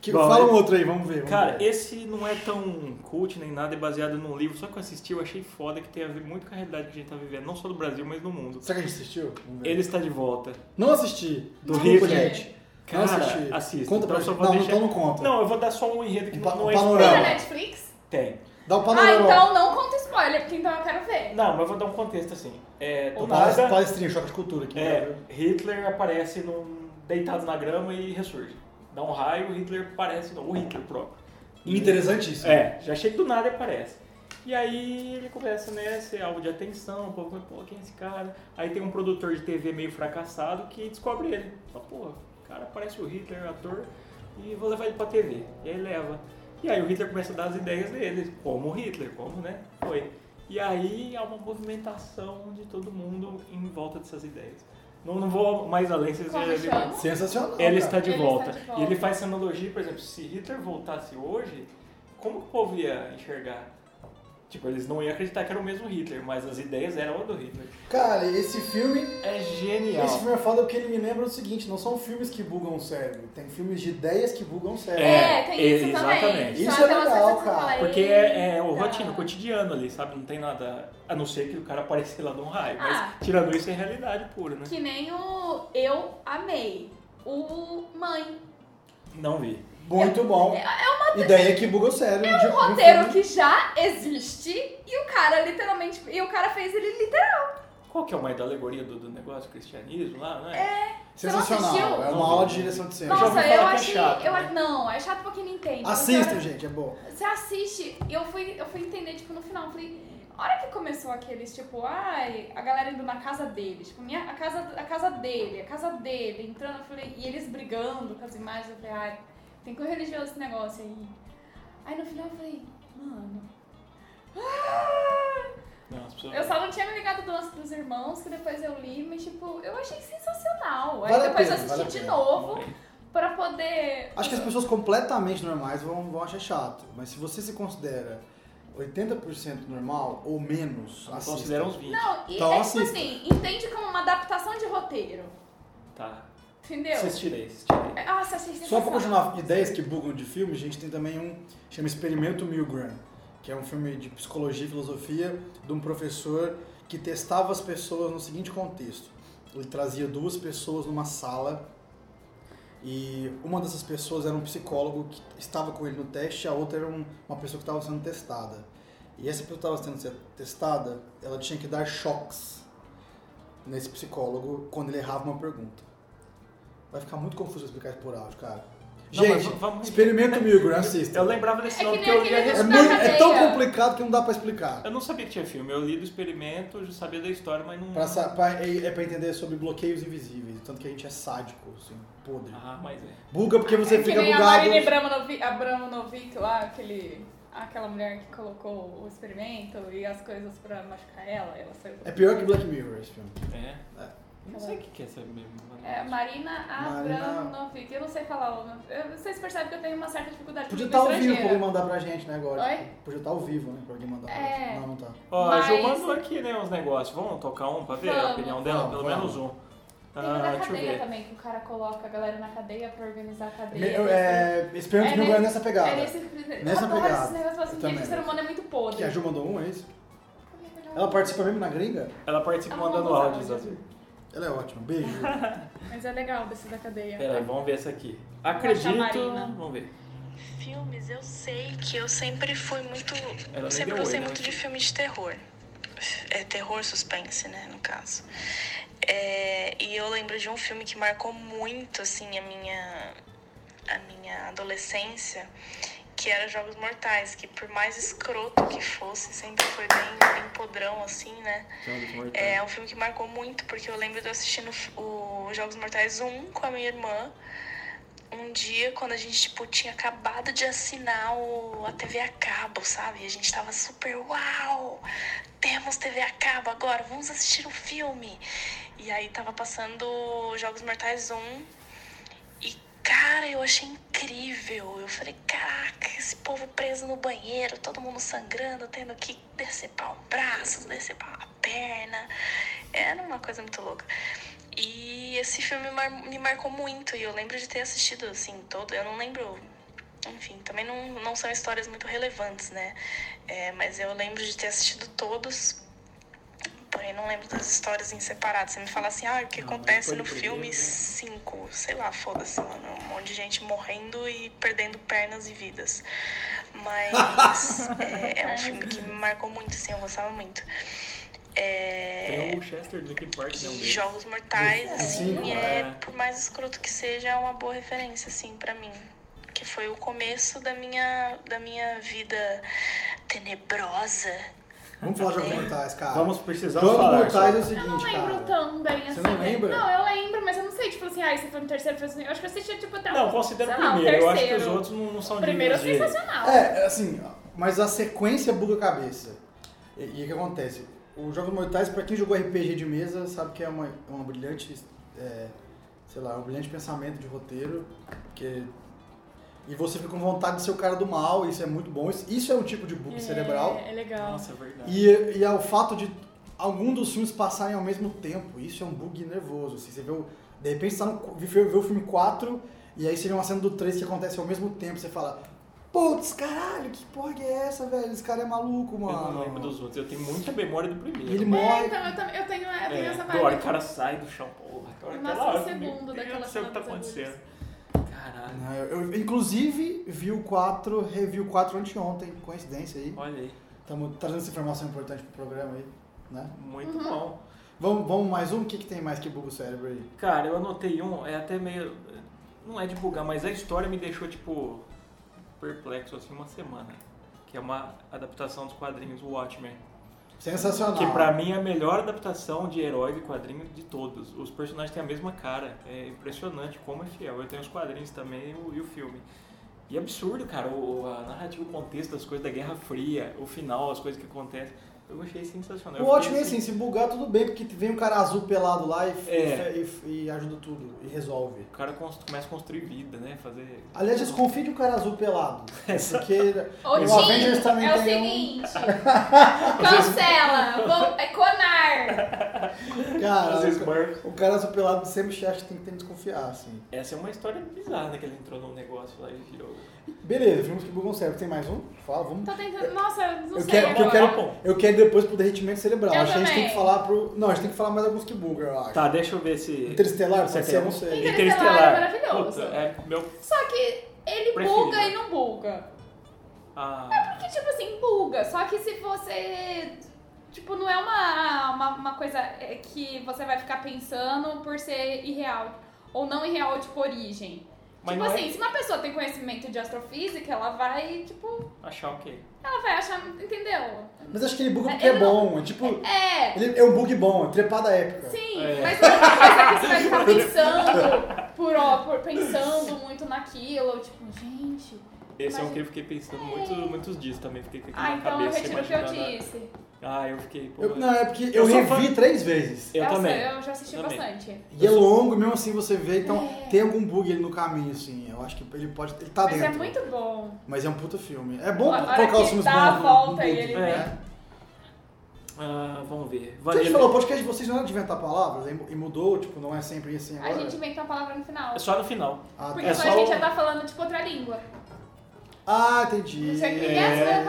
[SPEAKER 3] Que,
[SPEAKER 2] Bom,
[SPEAKER 3] fala um
[SPEAKER 2] ele-
[SPEAKER 3] outro aí, vamos ver. vamos
[SPEAKER 2] Cara,
[SPEAKER 3] ver.
[SPEAKER 2] esse não é tão cult nem nada, é baseado num livro, só que eu assisti, eu achei foda que tem a ver muito com a realidade que a gente tá vivendo, não só do Brasil, mas no mundo.
[SPEAKER 3] Será que a gente assistiu? Vamos ver.
[SPEAKER 2] Ele está de volta.
[SPEAKER 3] Não assisti.
[SPEAKER 2] Do
[SPEAKER 3] Desculpa,
[SPEAKER 2] Hitler.
[SPEAKER 3] gente.
[SPEAKER 2] Cara,
[SPEAKER 3] não assisti.
[SPEAKER 2] assista.
[SPEAKER 3] Conta pra
[SPEAKER 2] Então, só
[SPEAKER 3] gente.
[SPEAKER 2] vou
[SPEAKER 3] Não,
[SPEAKER 2] deixar-
[SPEAKER 3] então não conta.
[SPEAKER 2] Não, eu vou dar só um enredo que
[SPEAKER 3] Pa-
[SPEAKER 2] não é
[SPEAKER 3] panorama.
[SPEAKER 1] Na
[SPEAKER 2] spoiler.
[SPEAKER 1] Netflix?
[SPEAKER 2] Tem.
[SPEAKER 3] Dá um
[SPEAKER 1] Ah,
[SPEAKER 3] panorama.
[SPEAKER 1] então não conta spoiler, porque então eu quero ver.
[SPEAKER 2] Não, mas eu vou dar um contexto assim. É, do
[SPEAKER 3] Ô,
[SPEAKER 2] nada,
[SPEAKER 3] palest- Palestrinha, choque de cultura aqui.
[SPEAKER 2] é,
[SPEAKER 3] né?
[SPEAKER 2] Hitler aparece num, deitado na grama e ressurge. Dá um raio, Hitler aparece, não, o Hitler próprio.
[SPEAKER 3] Interessantíssimo.
[SPEAKER 2] É, já chega do nada e aparece. E aí ele começa, né, a ser alvo de atenção, o povo fala, pô, quem é esse cara? Aí tem um produtor de TV meio fracassado que descobre ele. Fala, pô, o cara parece o Hitler, ator, e vou levar ele pra TV. E aí leva. E aí o Hitler começa a dar as ideias dele, como o Hitler, como, né, foi. E aí há uma movimentação de todo mundo em volta dessas ideias. Não, não vou mais além, vocês
[SPEAKER 1] Como
[SPEAKER 2] já viram.
[SPEAKER 1] chama?
[SPEAKER 3] Sensacional.
[SPEAKER 2] Ele
[SPEAKER 3] cara.
[SPEAKER 2] está de
[SPEAKER 1] Ele
[SPEAKER 2] volta.
[SPEAKER 1] está de volta.
[SPEAKER 2] E ele faz essa analogia, por exemplo, se Hitler voltasse hoje, como que o povo ia enxergar? Tipo, eles não iam acreditar que era o mesmo Hitler, mas as ideias eram a do Hitler.
[SPEAKER 3] Cara, esse filme
[SPEAKER 2] É genial.
[SPEAKER 3] Esse filme é foda porque ele me lembra o seguinte, não são filmes que bugam o cérebro, tem filmes de ideias que bugam o cérebro.
[SPEAKER 1] É,
[SPEAKER 2] É,
[SPEAKER 1] tem isso também.
[SPEAKER 2] exatamente.
[SPEAKER 1] Só
[SPEAKER 3] Isso é
[SPEAKER 1] aquelas
[SPEAKER 3] legal,
[SPEAKER 1] coisas que você
[SPEAKER 3] cara,
[SPEAKER 1] fala,
[SPEAKER 2] Porque é, é o
[SPEAKER 1] "Eita".
[SPEAKER 2] rotina, o cotidiano ali, sabe? Não tem nada. A não ser que o cara aparecer lá de um raio. Mas
[SPEAKER 1] Ah.
[SPEAKER 2] tirando isso é realidade pura, né?
[SPEAKER 1] Que nem o Eu Amei. O
[SPEAKER 2] Uhum.
[SPEAKER 1] Mãe.
[SPEAKER 2] Não vi.
[SPEAKER 3] Muito bom.
[SPEAKER 1] É, é
[SPEAKER 3] Ideia que buga o cérebro. de- de
[SPEAKER 1] um roteiro
[SPEAKER 3] filme.
[SPEAKER 1] que já existe e o cara literalmente. E o cara fez ele literal.
[SPEAKER 2] Qual que é o mais da alegoria do, do negócio? Cristianismo lá, não é?
[SPEAKER 1] Você não
[SPEAKER 3] Sensacional,
[SPEAKER 1] assistiu?
[SPEAKER 3] é uma aula de direção de cena.
[SPEAKER 2] já ouvi
[SPEAKER 1] Nossa,
[SPEAKER 2] falar
[SPEAKER 1] eu
[SPEAKER 2] que é
[SPEAKER 1] achei.
[SPEAKER 2] chato,
[SPEAKER 1] eu,
[SPEAKER 2] né?
[SPEAKER 1] a- Não, é chato pra quem não entende. Porque a
[SPEAKER 3] Assistam,
[SPEAKER 1] hora-
[SPEAKER 3] gente, é bom.
[SPEAKER 1] Você assiste, e eu fui, eu fui entender, tipo, no final, eu falei, a hora que começou aqueles, tipo, ai, a galera indo na casa dele, tipo, minha, a, casa, a casa dele, a casa dele, entrando, eu falei, e eles brigando com as imagens, eu falei, ai, tem cor religiosa esse negócio aí. Aí no final eu falei, mano. ah!
[SPEAKER 2] Não, as pessoas.
[SPEAKER 1] Eu só não tinha me ligado do lance dos irmãos, que depois eu li, mas tipo, eu achei sensacional. Aí
[SPEAKER 3] Vale a
[SPEAKER 1] depois
[SPEAKER 3] pena,
[SPEAKER 1] eu assisti
[SPEAKER 3] vale a
[SPEAKER 1] de
[SPEAKER 3] pena.
[SPEAKER 1] novo pra poder.
[SPEAKER 3] Acho que as pessoas completamente normais vão, vão achar chato, mas se você se considera 80% normal ou menos,
[SPEAKER 2] Não
[SPEAKER 3] assista.
[SPEAKER 2] consideram os 20.
[SPEAKER 1] Não, e
[SPEAKER 3] Então
[SPEAKER 1] é
[SPEAKER 3] assista.
[SPEAKER 1] tipo assim, entende como uma adaptação de roteiro.
[SPEAKER 2] Tá.
[SPEAKER 1] Entendeu?
[SPEAKER 2] Assistirei, assistirei.
[SPEAKER 1] É, Nossa, achei
[SPEAKER 3] Só pra
[SPEAKER 1] sensacional.
[SPEAKER 3] continuar ideias que bugam de filme, a gente tem também um chama Experimento Milgram, que é um filme de psicologia e filosofia de um professor que testava as pessoas no seguinte contexto. Ele trazia duas pessoas numa sala e uma dessas pessoas era um psicólogo que estava com ele no teste, a outra era um- uma pessoa que estava sendo testada. E essa pessoa que estava sendo testada, ela tinha que dar choques nesse psicólogo quando ele errava uma pergunta. Vai ficar muito confuso explicar isso por áudio, cara.
[SPEAKER 2] Não, mas
[SPEAKER 3] Gente,
[SPEAKER 2] v- vamos-
[SPEAKER 3] experimento Milgram, assista.
[SPEAKER 2] Eu lembrava desse
[SPEAKER 1] É que
[SPEAKER 2] nome
[SPEAKER 1] nem
[SPEAKER 2] porque eu
[SPEAKER 1] aquele
[SPEAKER 2] li a
[SPEAKER 3] É,
[SPEAKER 1] da
[SPEAKER 3] muito- é tão
[SPEAKER 1] cadeia.
[SPEAKER 3] complicado que não dá pra explicar.
[SPEAKER 2] Eu não sabia que tinha filme, eu li do experimento, eu já sabia da história, mas não.
[SPEAKER 3] Pra, sa- pra- é, é pra entender sobre bloqueios invisíveis, o tanto que a gente é sádico, assim, podre.
[SPEAKER 2] Ah, mas é.
[SPEAKER 3] Buga porque você
[SPEAKER 1] é que
[SPEAKER 3] fica
[SPEAKER 1] nem a
[SPEAKER 3] bugado.
[SPEAKER 1] Marina Abramonovic, Abramonovic lá, aquele, aquela mulher que colocou o experimento e as coisas pra machucar ela, ela saiu.
[SPEAKER 3] É pior que Black Mirror esse filme.
[SPEAKER 2] É. Eu não sei o que que é essa mesmo.
[SPEAKER 1] É, Marina
[SPEAKER 3] Marina-
[SPEAKER 1] Abramovic. Eu não sei falar o nome. Eu- Vocês percebem que eu tenho uma certa dificuldade com
[SPEAKER 3] Podia
[SPEAKER 1] língua
[SPEAKER 3] estar ao vivo pra
[SPEAKER 1] estrangeira.
[SPEAKER 3] alguém mandar pra gente, né, agora?
[SPEAKER 1] Oi?
[SPEAKER 3] Podia estar ao vivo, né, pra alguém mandar pra
[SPEAKER 1] É.
[SPEAKER 3] gente. Não, não tá.
[SPEAKER 2] Ó, a Ju
[SPEAKER 1] Mas-
[SPEAKER 2] mandou aqui, né, uns negócios. Vamos tocar um pra ver a
[SPEAKER 1] Vamos.
[SPEAKER 2] opinião dela?
[SPEAKER 3] Vamos,
[SPEAKER 2] Pelo
[SPEAKER 3] vamos.
[SPEAKER 2] menos um.
[SPEAKER 1] Tem o da
[SPEAKER 2] Ah, deixa eu
[SPEAKER 1] cadeia
[SPEAKER 2] ver.
[SPEAKER 1] também, que o cara coloca a galera na cadeia pra organizar a cadeia.
[SPEAKER 3] Me- eu, é, esperando
[SPEAKER 1] É
[SPEAKER 3] que o Rio
[SPEAKER 1] nesse-
[SPEAKER 3] Grande nessa pegada.
[SPEAKER 1] É nesse...
[SPEAKER 3] Nessa
[SPEAKER 1] eu adoro
[SPEAKER 3] pegada.
[SPEAKER 1] esse negócio, assim, gente,
[SPEAKER 3] Eu também.
[SPEAKER 1] o ser humano é muito podre.
[SPEAKER 3] Que a Ju É mandou um, é isso?
[SPEAKER 1] Ela
[SPEAKER 3] Ela participa mesmo na gringa?
[SPEAKER 2] Ela participa
[SPEAKER 1] Ela mandou
[SPEAKER 2] mandando
[SPEAKER 1] os
[SPEAKER 2] áudios às
[SPEAKER 1] áudios.
[SPEAKER 2] vezes.
[SPEAKER 3] Ela é ótima. Beijo. Ju.
[SPEAKER 1] Mas é legal desse da cadeia.
[SPEAKER 2] Pera aí, vamos ver essa aqui.
[SPEAKER 1] achar
[SPEAKER 2] Acredito.
[SPEAKER 1] Marina.
[SPEAKER 2] Vamos ver.
[SPEAKER 4] Filmes, eu sei que eu sempre fui muito.
[SPEAKER 2] Ela nem
[SPEAKER 4] sempre
[SPEAKER 2] deu
[SPEAKER 4] gostei
[SPEAKER 2] oi, né?
[SPEAKER 4] muito de filme de terror. É terror suspense, né, no caso. É, e eu lembro de um filme que marcou muito, assim, a minha, a minha adolescência, que era Jogos Mortais, que por mais escroto que fosse, sempre foi bem, bem podrão, assim, né?
[SPEAKER 2] Jogos Mortais.
[SPEAKER 4] É um filme que marcou muito, porque eu lembro de eu assistindo o Jogos Mortais 1 com a minha irmã. Um dia, quando a gente, tipo, tinha acabado de assinar o, a TV a cabo, sabe? E a gente tava super, uau! Temos TV a cabo agora, vamos assistir um filme! E aí tava passando Jogos Mortais 1 e, cara, eu achei incrível. Eu falei, caraca, esse povo preso no banheiro, todo mundo sangrando, tendo que decepar um braço, decepar a perna. Era uma coisa muito louca. E esse filme mar- me marcou muito. E eu lembro de ter assistido, assim, todo. Eu não lembro. Enfim, também não, não são histórias muito relevantes, né? É, mas eu lembro de ter assistido todos. Porém, não lembro das histórias em separado. Você me fala assim, ah, o que
[SPEAKER 2] Ah, mas
[SPEAKER 4] acontece
[SPEAKER 2] pode
[SPEAKER 4] no
[SPEAKER 2] perder,
[SPEAKER 4] filme
[SPEAKER 2] né?
[SPEAKER 4] 5, sei lá, foda-se, mano. Um monte de gente morrendo e perdendo pernas e vidas. Mas é, é um filme que me marcou muito, assim, eu gostava muito. É,
[SPEAKER 2] Tem um o Chester do Linkin Park, né? Um
[SPEAKER 4] e
[SPEAKER 2] deles.
[SPEAKER 4] Jogos Mortais,
[SPEAKER 3] Sim.
[SPEAKER 4] assim, é,
[SPEAKER 2] É.
[SPEAKER 4] por mais escroto que seja, é uma boa referência, assim, pra mim. Que foi o começo da minha, da minha vida tenebrosa.
[SPEAKER 3] Vamos falar de Jogos Mortais, cara.
[SPEAKER 2] Vamos precisar
[SPEAKER 3] Jogos
[SPEAKER 2] falar.
[SPEAKER 3] Mortais é o
[SPEAKER 1] Eu não
[SPEAKER 3] seguinte,
[SPEAKER 1] lembro
[SPEAKER 3] cara.
[SPEAKER 1] tão bem assim.
[SPEAKER 3] Você não lembra?
[SPEAKER 1] Não, eu lembro, mas eu não sei, tipo assim, ah, esse foi no terceiro, foi assim. Eu acho que eu assisti, tipo, até
[SPEAKER 2] Não,
[SPEAKER 1] um-
[SPEAKER 2] considera
[SPEAKER 1] sei
[SPEAKER 2] o
[SPEAKER 1] lá, um
[SPEAKER 2] primeiro. Eu acho que os
[SPEAKER 1] terceiro.
[SPEAKER 2] outros não, não são
[SPEAKER 1] O primeiro é
[SPEAKER 2] dignos de-
[SPEAKER 1] sensacional.
[SPEAKER 3] É, assim, mas a sequência buga a cabeça. E, e o que acontece? O Jogos Mortais, pra quem jogou RPG de mesa, sabe que é uma, uma brilhante, é, sei lá, um brilhante pensamento de roteiro. Que, e você fica com vontade de ser o cara do mal, isso é muito bom. Isso, isso é um tipo de bug cerebral.
[SPEAKER 1] É, é legal.
[SPEAKER 2] Nossa, é verdade.
[SPEAKER 3] E, e é o fato de algum dos filmes passarem ao mesmo tempo. Isso é um bug nervoso. Assim, você vê o, de repente você tá no, vê, vê o filme 4 e aí você vê uma cena do 3 que acontece ao mesmo tempo. Você fala, putz, caralho, que porra que é essa, velho? Esse cara é maluco,
[SPEAKER 2] Eu
[SPEAKER 3] mano.
[SPEAKER 2] não lembro dos outros. Eu tenho muita memória do primeiro.
[SPEAKER 3] E ele
[SPEAKER 1] É,
[SPEAKER 3] morre.
[SPEAKER 1] então eu, também- eu tenho, eu tenho
[SPEAKER 2] É,
[SPEAKER 1] essa
[SPEAKER 2] pô, hora
[SPEAKER 1] vibe.
[SPEAKER 2] que o cara sai do chão, porra. tá Agora
[SPEAKER 1] No máximo
[SPEAKER 2] aquela hora,
[SPEAKER 1] um segundo
[SPEAKER 2] meu
[SPEAKER 1] daquela
[SPEAKER 2] Deus do céu, o que tá
[SPEAKER 1] cena dos
[SPEAKER 2] acontecendo? Caralho.
[SPEAKER 3] Não, eu, eu, inclusive, vi o 4, revi o 4 anteontem, coincidência aí.
[SPEAKER 2] Olha aí.
[SPEAKER 3] Estamos trazendo essa informação importante pro programa aí, né?
[SPEAKER 2] Muito
[SPEAKER 1] Uhum.
[SPEAKER 2] bom.
[SPEAKER 3] Vamos, vamos mais um? O que, que tem mais que buga o cérebro aí?
[SPEAKER 2] Cara, eu anotei um, é até meio. Não é de bugar, mas a história me deixou, tipo, perplexo assim uma semana. Que é uma adaptação dos quadrinhos Watchmen.
[SPEAKER 3] Sensacional.
[SPEAKER 2] Que pra mim é a melhor adaptação de herói de quadrinho de todos. Os personagens têm a mesma cara. É impressionante como é fiel. Eu tenho os quadrinhos também e o, e o filme. E é absurdo, cara, o, a narrativa, o contexto das coisas da Guerra Fria, o final, as coisas que acontecem. Eu achei sensacional.
[SPEAKER 3] O
[SPEAKER 2] Eu
[SPEAKER 3] ótimo é
[SPEAKER 2] fiquei
[SPEAKER 3] assim, se bugar tudo bem, porque vem um cara azul pelado lá e,
[SPEAKER 2] É.
[SPEAKER 3] e- e- e ajuda tudo, e resolve.
[SPEAKER 2] O cara const- começa a construir vida, né? Fazer.
[SPEAKER 3] Aliás, desconfie de um cara azul pelado. né? Porque
[SPEAKER 1] Ô,
[SPEAKER 3] o
[SPEAKER 1] Tim,
[SPEAKER 3] Avengers também
[SPEAKER 1] é o
[SPEAKER 3] tem um.
[SPEAKER 1] seguinte. cancela. Vou, é Conar.
[SPEAKER 3] um. Cara,
[SPEAKER 2] Fazer
[SPEAKER 3] o,
[SPEAKER 2] Smurf.
[SPEAKER 3] o cara azul pelado sempre acha que tem que ter que desconfiar, assim.
[SPEAKER 2] Essa é uma história bizarra, né? Que ele entrou num negócio lá e virou.
[SPEAKER 3] Beleza, filmes que bugam o cérebro. Tem mais um? Fala, vamos.
[SPEAKER 1] Tô tentando. Nossa, eu Tá, não
[SPEAKER 3] Eu
[SPEAKER 1] sei
[SPEAKER 3] quero, porque eu,
[SPEAKER 1] agora.
[SPEAKER 2] Tá
[SPEAKER 3] quero, eu quero depois pro derretimento cerebral.
[SPEAKER 1] Eu
[SPEAKER 3] Acho que a gente tem
[SPEAKER 1] também.
[SPEAKER 3] que falar pro. Não, a gente tem que falar mais alguns que bugam, eu acho.
[SPEAKER 2] Tá, deixa eu ver se.
[SPEAKER 3] Interestelar,
[SPEAKER 2] se
[SPEAKER 3] pode
[SPEAKER 2] tem
[SPEAKER 3] ser? Eu
[SPEAKER 2] um.
[SPEAKER 3] não sei.
[SPEAKER 1] Interestelar é maravilhoso.
[SPEAKER 2] Puta, é meu.
[SPEAKER 1] Só que ele
[SPEAKER 2] Preferido.
[SPEAKER 1] buga e não buga.
[SPEAKER 3] É,
[SPEAKER 2] Ah,
[SPEAKER 1] Porque, tipo assim, buga. Só que se você. Tipo, não é uma, uma, uma coisa é, que você vai ficar pensando por ser irreal. Ou não irreal, tipo, origem.
[SPEAKER 2] Mas
[SPEAKER 1] tipo
[SPEAKER 2] não é-
[SPEAKER 1] assim, se uma pessoa tem conhecimento de astrofísica, ela vai, tipo,
[SPEAKER 2] achar o quê?
[SPEAKER 1] ela vai achar, entendeu?
[SPEAKER 3] Mas acho que ele buga
[SPEAKER 1] É,
[SPEAKER 3] porque é
[SPEAKER 1] ele não-
[SPEAKER 3] bom. É tipo.
[SPEAKER 1] É,
[SPEAKER 3] Ele é um bug bom, é trepada épica.
[SPEAKER 1] Sim,
[SPEAKER 2] É.
[SPEAKER 1] mas não é uma coisa que você vai ficar pensando por, ó, por pensando muito naquilo, tipo, gente.
[SPEAKER 2] Esse é um
[SPEAKER 1] Imagina-
[SPEAKER 2] que eu fiquei pensando muito, muitos dias também. Fiquei com aquilo
[SPEAKER 1] Ah,
[SPEAKER 2] na
[SPEAKER 1] então eu
[SPEAKER 2] cabeça.
[SPEAKER 1] retiro o que eu
[SPEAKER 2] imaginando a-
[SPEAKER 1] disse.
[SPEAKER 2] Ah, eu fiquei. Pô,
[SPEAKER 3] Eu- não, é porque
[SPEAKER 2] Eu
[SPEAKER 3] eu,
[SPEAKER 2] sou
[SPEAKER 3] revi três vezes.
[SPEAKER 2] eu
[SPEAKER 1] Nossa,
[SPEAKER 2] também.
[SPEAKER 1] Eu já assisti
[SPEAKER 2] Eu também.
[SPEAKER 1] bastante.
[SPEAKER 3] E é longo, mesmo assim você vê, então tem algum bug ali no caminho, assim. Eu acho que ele pode. Ele tá
[SPEAKER 1] É. Mas
[SPEAKER 3] dentro.
[SPEAKER 1] é muito bom.
[SPEAKER 3] Mas é um puta filme. É bom
[SPEAKER 1] A hora
[SPEAKER 3] colocar
[SPEAKER 1] que
[SPEAKER 3] os filmes
[SPEAKER 1] dá
[SPEAKER 3] bons
[SPEAKER 1] a
[SPEAKER 3] no- no
[SPEAKER 1] volta e
[SPEAKER 3] bug,
[SPEAKER 1] ele
[SPEAKER 3] né?
[SPEAKER 2] vem. Ah, vamos ver.
[SPEAKER 3] A gente
[SPEAKER 2] Vanilla.
[SPEAKER 3] falou, o podcast de vocês não é de inventar palavras aí mu- e mudou, tipo, não é sempre assim
[SPEAKER 1] A
[SPEAKER 3] agora.
[SPEAKER 1] gente inventa uma palavra no final.
[SPEAKER 2] É só no final.
[SPEAKER 3] Ah,
[SPEAKER 1] Porque
[SPEAKER 3] tá.
[SPEAKER 1] senão
[SPEAKER 2] É só
[SPEAKER 1] a gente
[SPEAKER 2] o-
[SPEAKER 1] já tá falando, tipo, outra língua.
[SPEAKER 3] Ah, entendi.
[SPEAKER 1] Isso aqui é...
[SPEAKER 3] É.
[SPEAKER 1] É...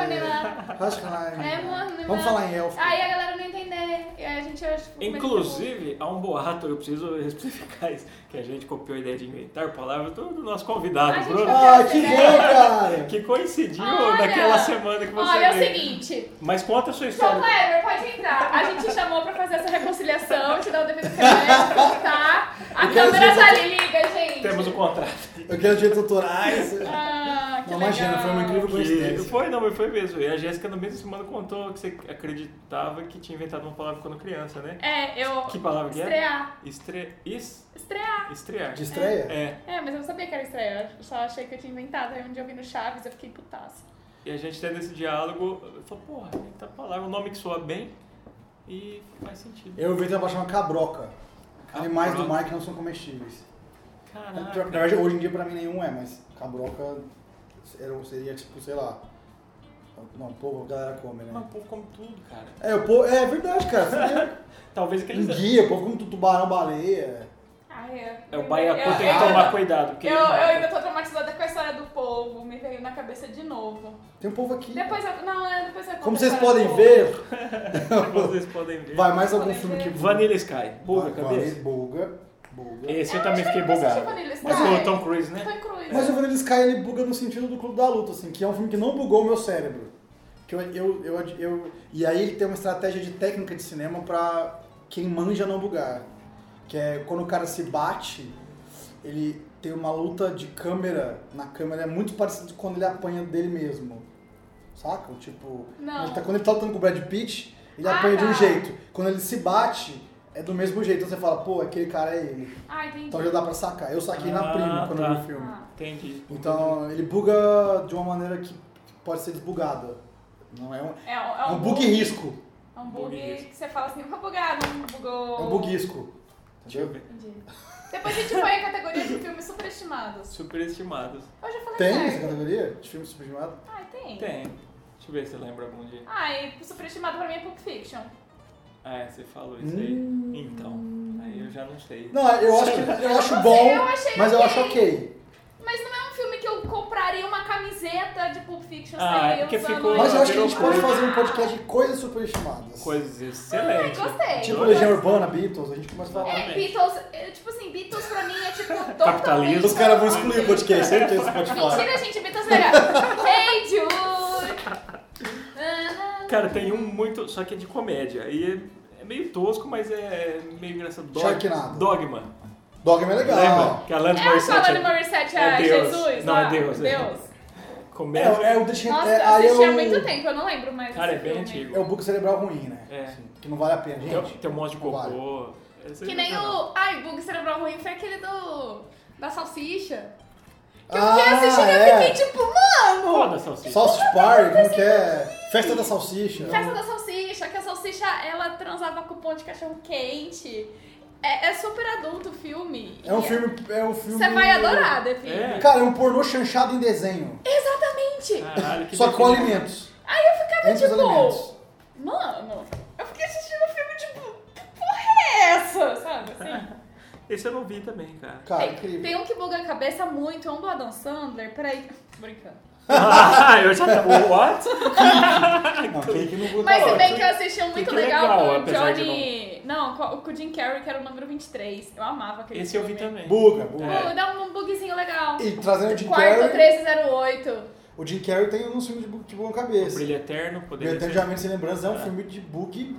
[SPEAKER 3] Hashtag.
[SPEAKER 1] É, mano,
[SPEAKER 3] Vamos
[SPEAKER 1] mano. é
[SPEAKER 3] falar em elfo. Ah,
[SPEAKER 1] Aí a galera não entender. E aí a gente... acho é que fica
[SPEAKER 2] Inclusive, há um boato, eu preciso especificar isso, que a gente copiou a ideia de inventar palavras do do nosso
[SPEAKER 1] A
[SPEAKER 2] convidado,
[SPEAKER 1] gente
[SPEAKER 2] Bruno.
[SPEAKER 1] copiou.
[SPEAKER 3] Ah, que
[SPEAKER 1] né?
[SPEAKER 3] bom, cara!
[SPEAKER 2] Que coincidiu
[SPEAKER 1] Olha!
[SPEAKER 2] naquela semana que você
[SPEAKER 1] Olha, é o
[SPEAKER 2] veio.
[SPEAKER 1] seguinte. Então
[SPEAKER 2] Mas conta a
[SPEAKER 1] João
[SPEAKER 2] sua história.
[SPEAKER 1] Kleber, pode entrar. A gente te chamou pra fazer essa reconciliação, te dar o devido crédito, tá? A
[SPEAKER 3] Eu quero
[SPEAKER 1] câmera
[SPEAKER 3] dizer-
[SPEAKER 1] tá ali, liga, gente.
[SPEAKER 2] Temos um o contrato.
[SPEAKER 3] Eu quero direitos autorais.
[SPEAKER 1] Ah, que
[SPEAKER 3] Não,
[SPEAKER 1] legal.
[SPEAKER 3] imagina, foi uma incrível
[SPEAKER 2] Que...
[SPEAKER 3] coincidência.
[SPEAKER 2] Foi, não, mas foi mesmo. E a Jéssica, na mesma semana, contou que você acreditava que tinha inventado uma palavra quando criança, né?
[SPEAKER 1] É, eu...
[SPEAKER 2] Que palavra que é?
[SPEAKER 1] Estrear.
[SPEAKER 2] Estre... es-
[SPEAKER 1] Estrear.
[SPEAKER 2] Estrear.
[SPEAKER 3] De estreia?
[SPEAKER 2] É.
[SPEAKER 1] É, mas eu não sabia que era estreia. Eu só achei que eu tinha inventado. Aí um dia eu vi no Chaves, eu fiquei putaça.
[SPEAKER 2] E a gente tendo esse diálogo, eu falo, porra, tá palavra, um nome que soa bem e faz sentido.
[SPEAKER 3] Eu inventei uma paixão cabroca. Animais do mar que não são comestíveis. Na
[SPEAKER 1] Ah.
[SPEAKER 2] Caraca.
[SPEAKER 3] verdade, hoje em dia pra mim nenhum é, mas cabroca era- seria tipo, sei lá. Não, o povo, a galera come,
[SPEAKER 2] Mas o
[SPEAKER 3] né?
[SPEAKER 2] é um povo come tudo, cara.
[SPEAKER 3] É, o povo, é verdade, cara.
[SPEAKER 2] Talvez aqueles.
[SPEAKER 3] Enguia, o povo come tubarão, baleia.
[SPEAKER 1] Ai, é.
[SPEAKER 2] É o baiacu,
[SPEAKER 1] Eu-
[SPEAKER 2] tem que
[SPEAKER 1] eu-
[SPEAKER 2] tomar cuidado. Porque
[SPEAKER 1] Eu,
[SPEAKER 2] ele
[SPEAKER 1] eu
[SPEAKER 2] mata.
[SPEAKER 1] ainda tô traumatizada com a história do povo, me veio na cabeça de novo.
[SPEAKER 3] Tem um povo aqui.
[SPEAKER 1] Depois eu. Não, é, depois eu conto
[SPEAKER 3] Como
[SPEAKER 1] a
[SPEAKER 3] vocês
[SPEAKER 1] história do povo.
[SPEAKER 3] podem ver,
[SPEAKER 2] Como vocês podem ver.
[SPEAKER 3] vai mais
[SPEAKER 1] Vocês
[SPEAKER 3] algum
[SPEAKER 1] podem
[SPEAKER 3] filme que.
[SPEAKER 1] ver.
[SPEAKER 2] Vanilla Sky. Buga, a cabeça.
[SPEAKER 3] Buga, buga.
[SPEAKER 2] Esse eu
[SPEAKER 1] Eu
[SPEAKER 2] também
[SPEAKER 1] acho que
[SPEAKER 2] fiquei
[SPEAKER 1] eu nunca assisti
[SPEAKER 2] bugado.
[SPEAKER 1] Vanilla Sky.
[SPEAKER 2] Mas o Tom Cruise, né?
[SPEAKER 1] Tom Cruise.
[SPEAKER 3] Mas o Vanilla Sky ele buga no sentido do Clube da Luta, assim, que é um filme que não bugou o meu cérebro. Que eu, eu, eu, eu- e aí ele tem uma estratégia de técnica de cinema pra quem manja não bugar. Que é quando o cara se bate, ele tem uma luta de câmera na câmera, é muito parecido com quando ele apanha dele mesmo. Saca? Tipo,
[SPEAKER 1] Não.
[SPEAKER 3] ele tá- quando ele tá lutando com o Brad Pitt, ele
[SPEAKER 1] Ah,
[SPEAKER 3] apanha de um
[SPEAKER 1] tá.
[SPEAKER 3] jeito. Quando ele se bate, é do mesmo jeito. Então você fala, pô, aquele cara é ele.
[SPEAKER 1] Ah, entendi.
[SPEAKER 3] Então já dá pra sacar. Eu saquei na
[SPEAKER 2] Ah,
[SPEAKER 3] prima quando eu vi
[SPEAKER 2] tá.
[SPEAKER 3] o filme.
[SPEAKER 1] Ah.
[SPEAKER 2] Entendi.
[SPEAKER 3] Então, ele buga de uma maneira que pode ser desbugada. Não é um,
[SPEAKER 1] É, um- é
[SPEAKER 3] é um bug risco.
[SPEAKER 1] É um bug
[SPEAKER 2] Bug risco.
[SPEAKER 1] que você fala assim, não bugado, não bugou.
[SPEAKER 3] É um bug risco.
[SPEAKER 2] Deixa eu
[SPEAKER 3] Entendeu?
[SPEAKER 2] ver.
[SPEAKER 1] Entendi. Depois a gente põe a categoria de filmes superestimados.
[SPEAKER 2] Superestimados.
[SPEAKER 1] Eu já falei
[SPEAKER 3] Tem essa
[SPEAKER 1] certo.
[SPEAKER 3] categoria de filme subestimado?
[SPEAKER 1] Ai, tem.
[SPEAKER 2] Tem. Deixa eu ver se eu lembro algum dia.
[SPEAKER 1] Ai, superestimado pra mim é Pulp Fiction.
[SPEAKER 2] Ah, é, você falou isso aí. Então. Aí eu já não sei.
[SPEAKER 3] Hum. Não, é, eu acho, que, eu acho
[SPEAKER 1] Eu
[SPEAKER 3] bom,
[SPEAKER 1] achei
[SPEAKER 3] mas eu
[SPEAKER 1] ok.
[SPEAKER 3] acho ok.
[SPEAKER 1] Mas não é um filme que eu compraria uma camiseta de Pulp Fiction
[SPEAKER 2] Ah,
[SPEAKER 1] sairia
[SPEAKER 2] é porque
[SPEAKER 1] usando
[SPEAKER 2] ficou-
[SPEAKER 3] Mas eu acho que a
[SPEAKER 2] virou
[SPEAKER 3] gente pode
[SPEAKER 2] coisa.
[SPEAKER 3] fazer um podcast de coisas superestimadas.
[SPEAKER 2] Coisas excelentes.
[SPEAKER 1] Ai, gostei.
[SPEAKER 3] Tipo
[SPEAKER 1] Eu
[SPEAKER 3] Legião
[SPEAKER 1] gosto.
[SPEAKER 3] Urbana, Beatles, a gente começa a falar.
[SPEAKER 1] É,
[SPEAKER 2] Exatamente.
[SPEAKER 1] Beatles, é, tipo assim, Beatles pra mim é tipo
[SPEAKER 2] Capitalismo.
[SPEAKER 1] totalmente...
[SPEAKER 3] Os caras vão excluir o podcast, certeza do Spotify.
[SPEAKER 1] Mentira, gente, Beatles é legal. hey, Jude! Ah,
[SPEAKER 2] Cara, tem um muito. Só que é de comédia. E é, é meio tosco, mas é meio engraçado. Dog-
[SPEAKER 3] Sharknado.
[SPEAKER 2] Dogma.
[SPEAKER 3] Dogma é legal.
[SPEAKER 2] Lembra? Que a Alanis
[SPEAKER 1] É o
[SPEAKER 2] Morissette
[SPEAKER 1] falando Morissette,
[SPEAKER 2] É
[SPEAKER 1] ah,
[SPEAKER 2] Deus.
[SPEAKER 1] Jesus.
[SPEAKER 2] Não,
[SPEAKER 1] ah,
[SPEAKER 2] é Deus, é.
[SPEAKER 1] Deus.
[SPEAKER 3] É,
[SPEAKER 2] comédia.
[SPEAKER 3] é o deixa,
[SPEAKER 1] Nossa,
[SPEAKER 3] é,
[SPEAKER 1] eu
[SPEAKER 3] aí
[SPEAKER 1] assisti
[SPEAKER 3] é
[SPEAKER 1] há
[SPEAKER 3] o-
[SPEAKER 1] muito tempo, eu não lembro mais
[SPEAKER 2] Cara, é
[SPEAKER 1] desse
[SPEAKER 2] bem
[SPEAKER 1] filme.
[SPEAKER 2] antigo.
[SPEAKER 3] É o bug cerebral ruim, né?
[SPEAKER 2] É.
[SPEAKER 3] Assim, que não vale a pena, gente.
[SPEAKER 2] Tem, tem um monte de
[SPEAKER 3] não vale.
[SPEAKER 2] cocô. Essa
[SPEAKER 1] Que
[SPEAKER 2] é
[SPEAKER 1] nem
[SPEAKER 2] legal.
[SPEAKER 1] o... Ai, Bug Cerebral Ruim foi aquele do... Da salsicha. Que eu
[SPEAKER 3] Ah,
[SPEAKER 1] fiquei assistindo e eu fiquei tipo, mano...
[SPEAKER 2] Foda, salsicha.
[SPEAKER 3] Sausage Party, como que é? Festa da Salsicha.
[SPEAKER 1] Festa da salsicha, que a salsicha ela transava com pão de cachorro quente. É, é super adulto o filme.
[SPEAKER 3] É um
[SPEAKER 1] E
[SPEAKER 3] filme... É um filme...
[SPEAKER 1] Você vai adorar, Defi.
[SPEAKER 2] É.
[SPEAKER 3] Cara, é um pornô chanchado em desenho.
[SPEAKER 1] Exatamente!
[SPEAKER 2] Caralho, que
[SPEAKER 3] só que com
[SPEAKER 2] definição.
[SPEAKER 3] alimentos.
[SPEAKER 1] Aí eu ficava
[SPEAKER 3] Entre os
[SPEAKER 1] tipo.
[SPEAKER 3] alimentos.
[SPEAKER 1] Mano, eu fiquei assistindo o filme tipo. Que porra é essa? Sabe assim?
[SPEAKER 2] Esse eu não vi também, cara.
[SPEAKER 3] Cara,
[SPEAKER 1] tem,
[SPEAKER 3] Tá, incrível.
[SPEAKER 1] tem um que buga a cabeça muito, é um do Adam Sandler. Peraí. Tô brincando.
[SPEAKER 2] Ah, eu já tava. What?
[SPEAKER 3] Não, tem que não
[SPEAKER 1] Mas se
[SPEAKER 3] botar.
[SPEAKER 1] bem que eu assisti um muito
[SPEAKER 2] que
[SPEAKER 1] legal,
[SPEAKER 2] legal,
[SPEAKER 1] com o
[SPEAKER 2] apesar de
[SPEAKER 1] Johnny. Não, com o- com o Jim Carrey, que era o número 23. Eu amava aquele
[SPEAKER 2] Esse eu vi
[SPEAKER 1] filme.
[SPEAKER 2] também. é.
[SPEAKER 3] Buga, buga.
[SPEAKER 1] Pô, dá um bugzinho legal.
[SPEAKER 3] E trazendo o Jim
[SPEAKER 1] um Quarto
[SPEAKER 3] Carrey...
[SPEAKER 1] 1308.
[SPEAKER 3] O Jim Carrey tem alguns filmes de bug de boa
[SPEAKER 2] O
[SPEAKER 3] cabeça.
[SPEAKER 2] Brilho Eterno, poderia
[SPEAKER 3] Derretendo
[SPEAKER 2] ser.
[SPEAKER 3] de Amigos Sem Lembranças é um filme de bug...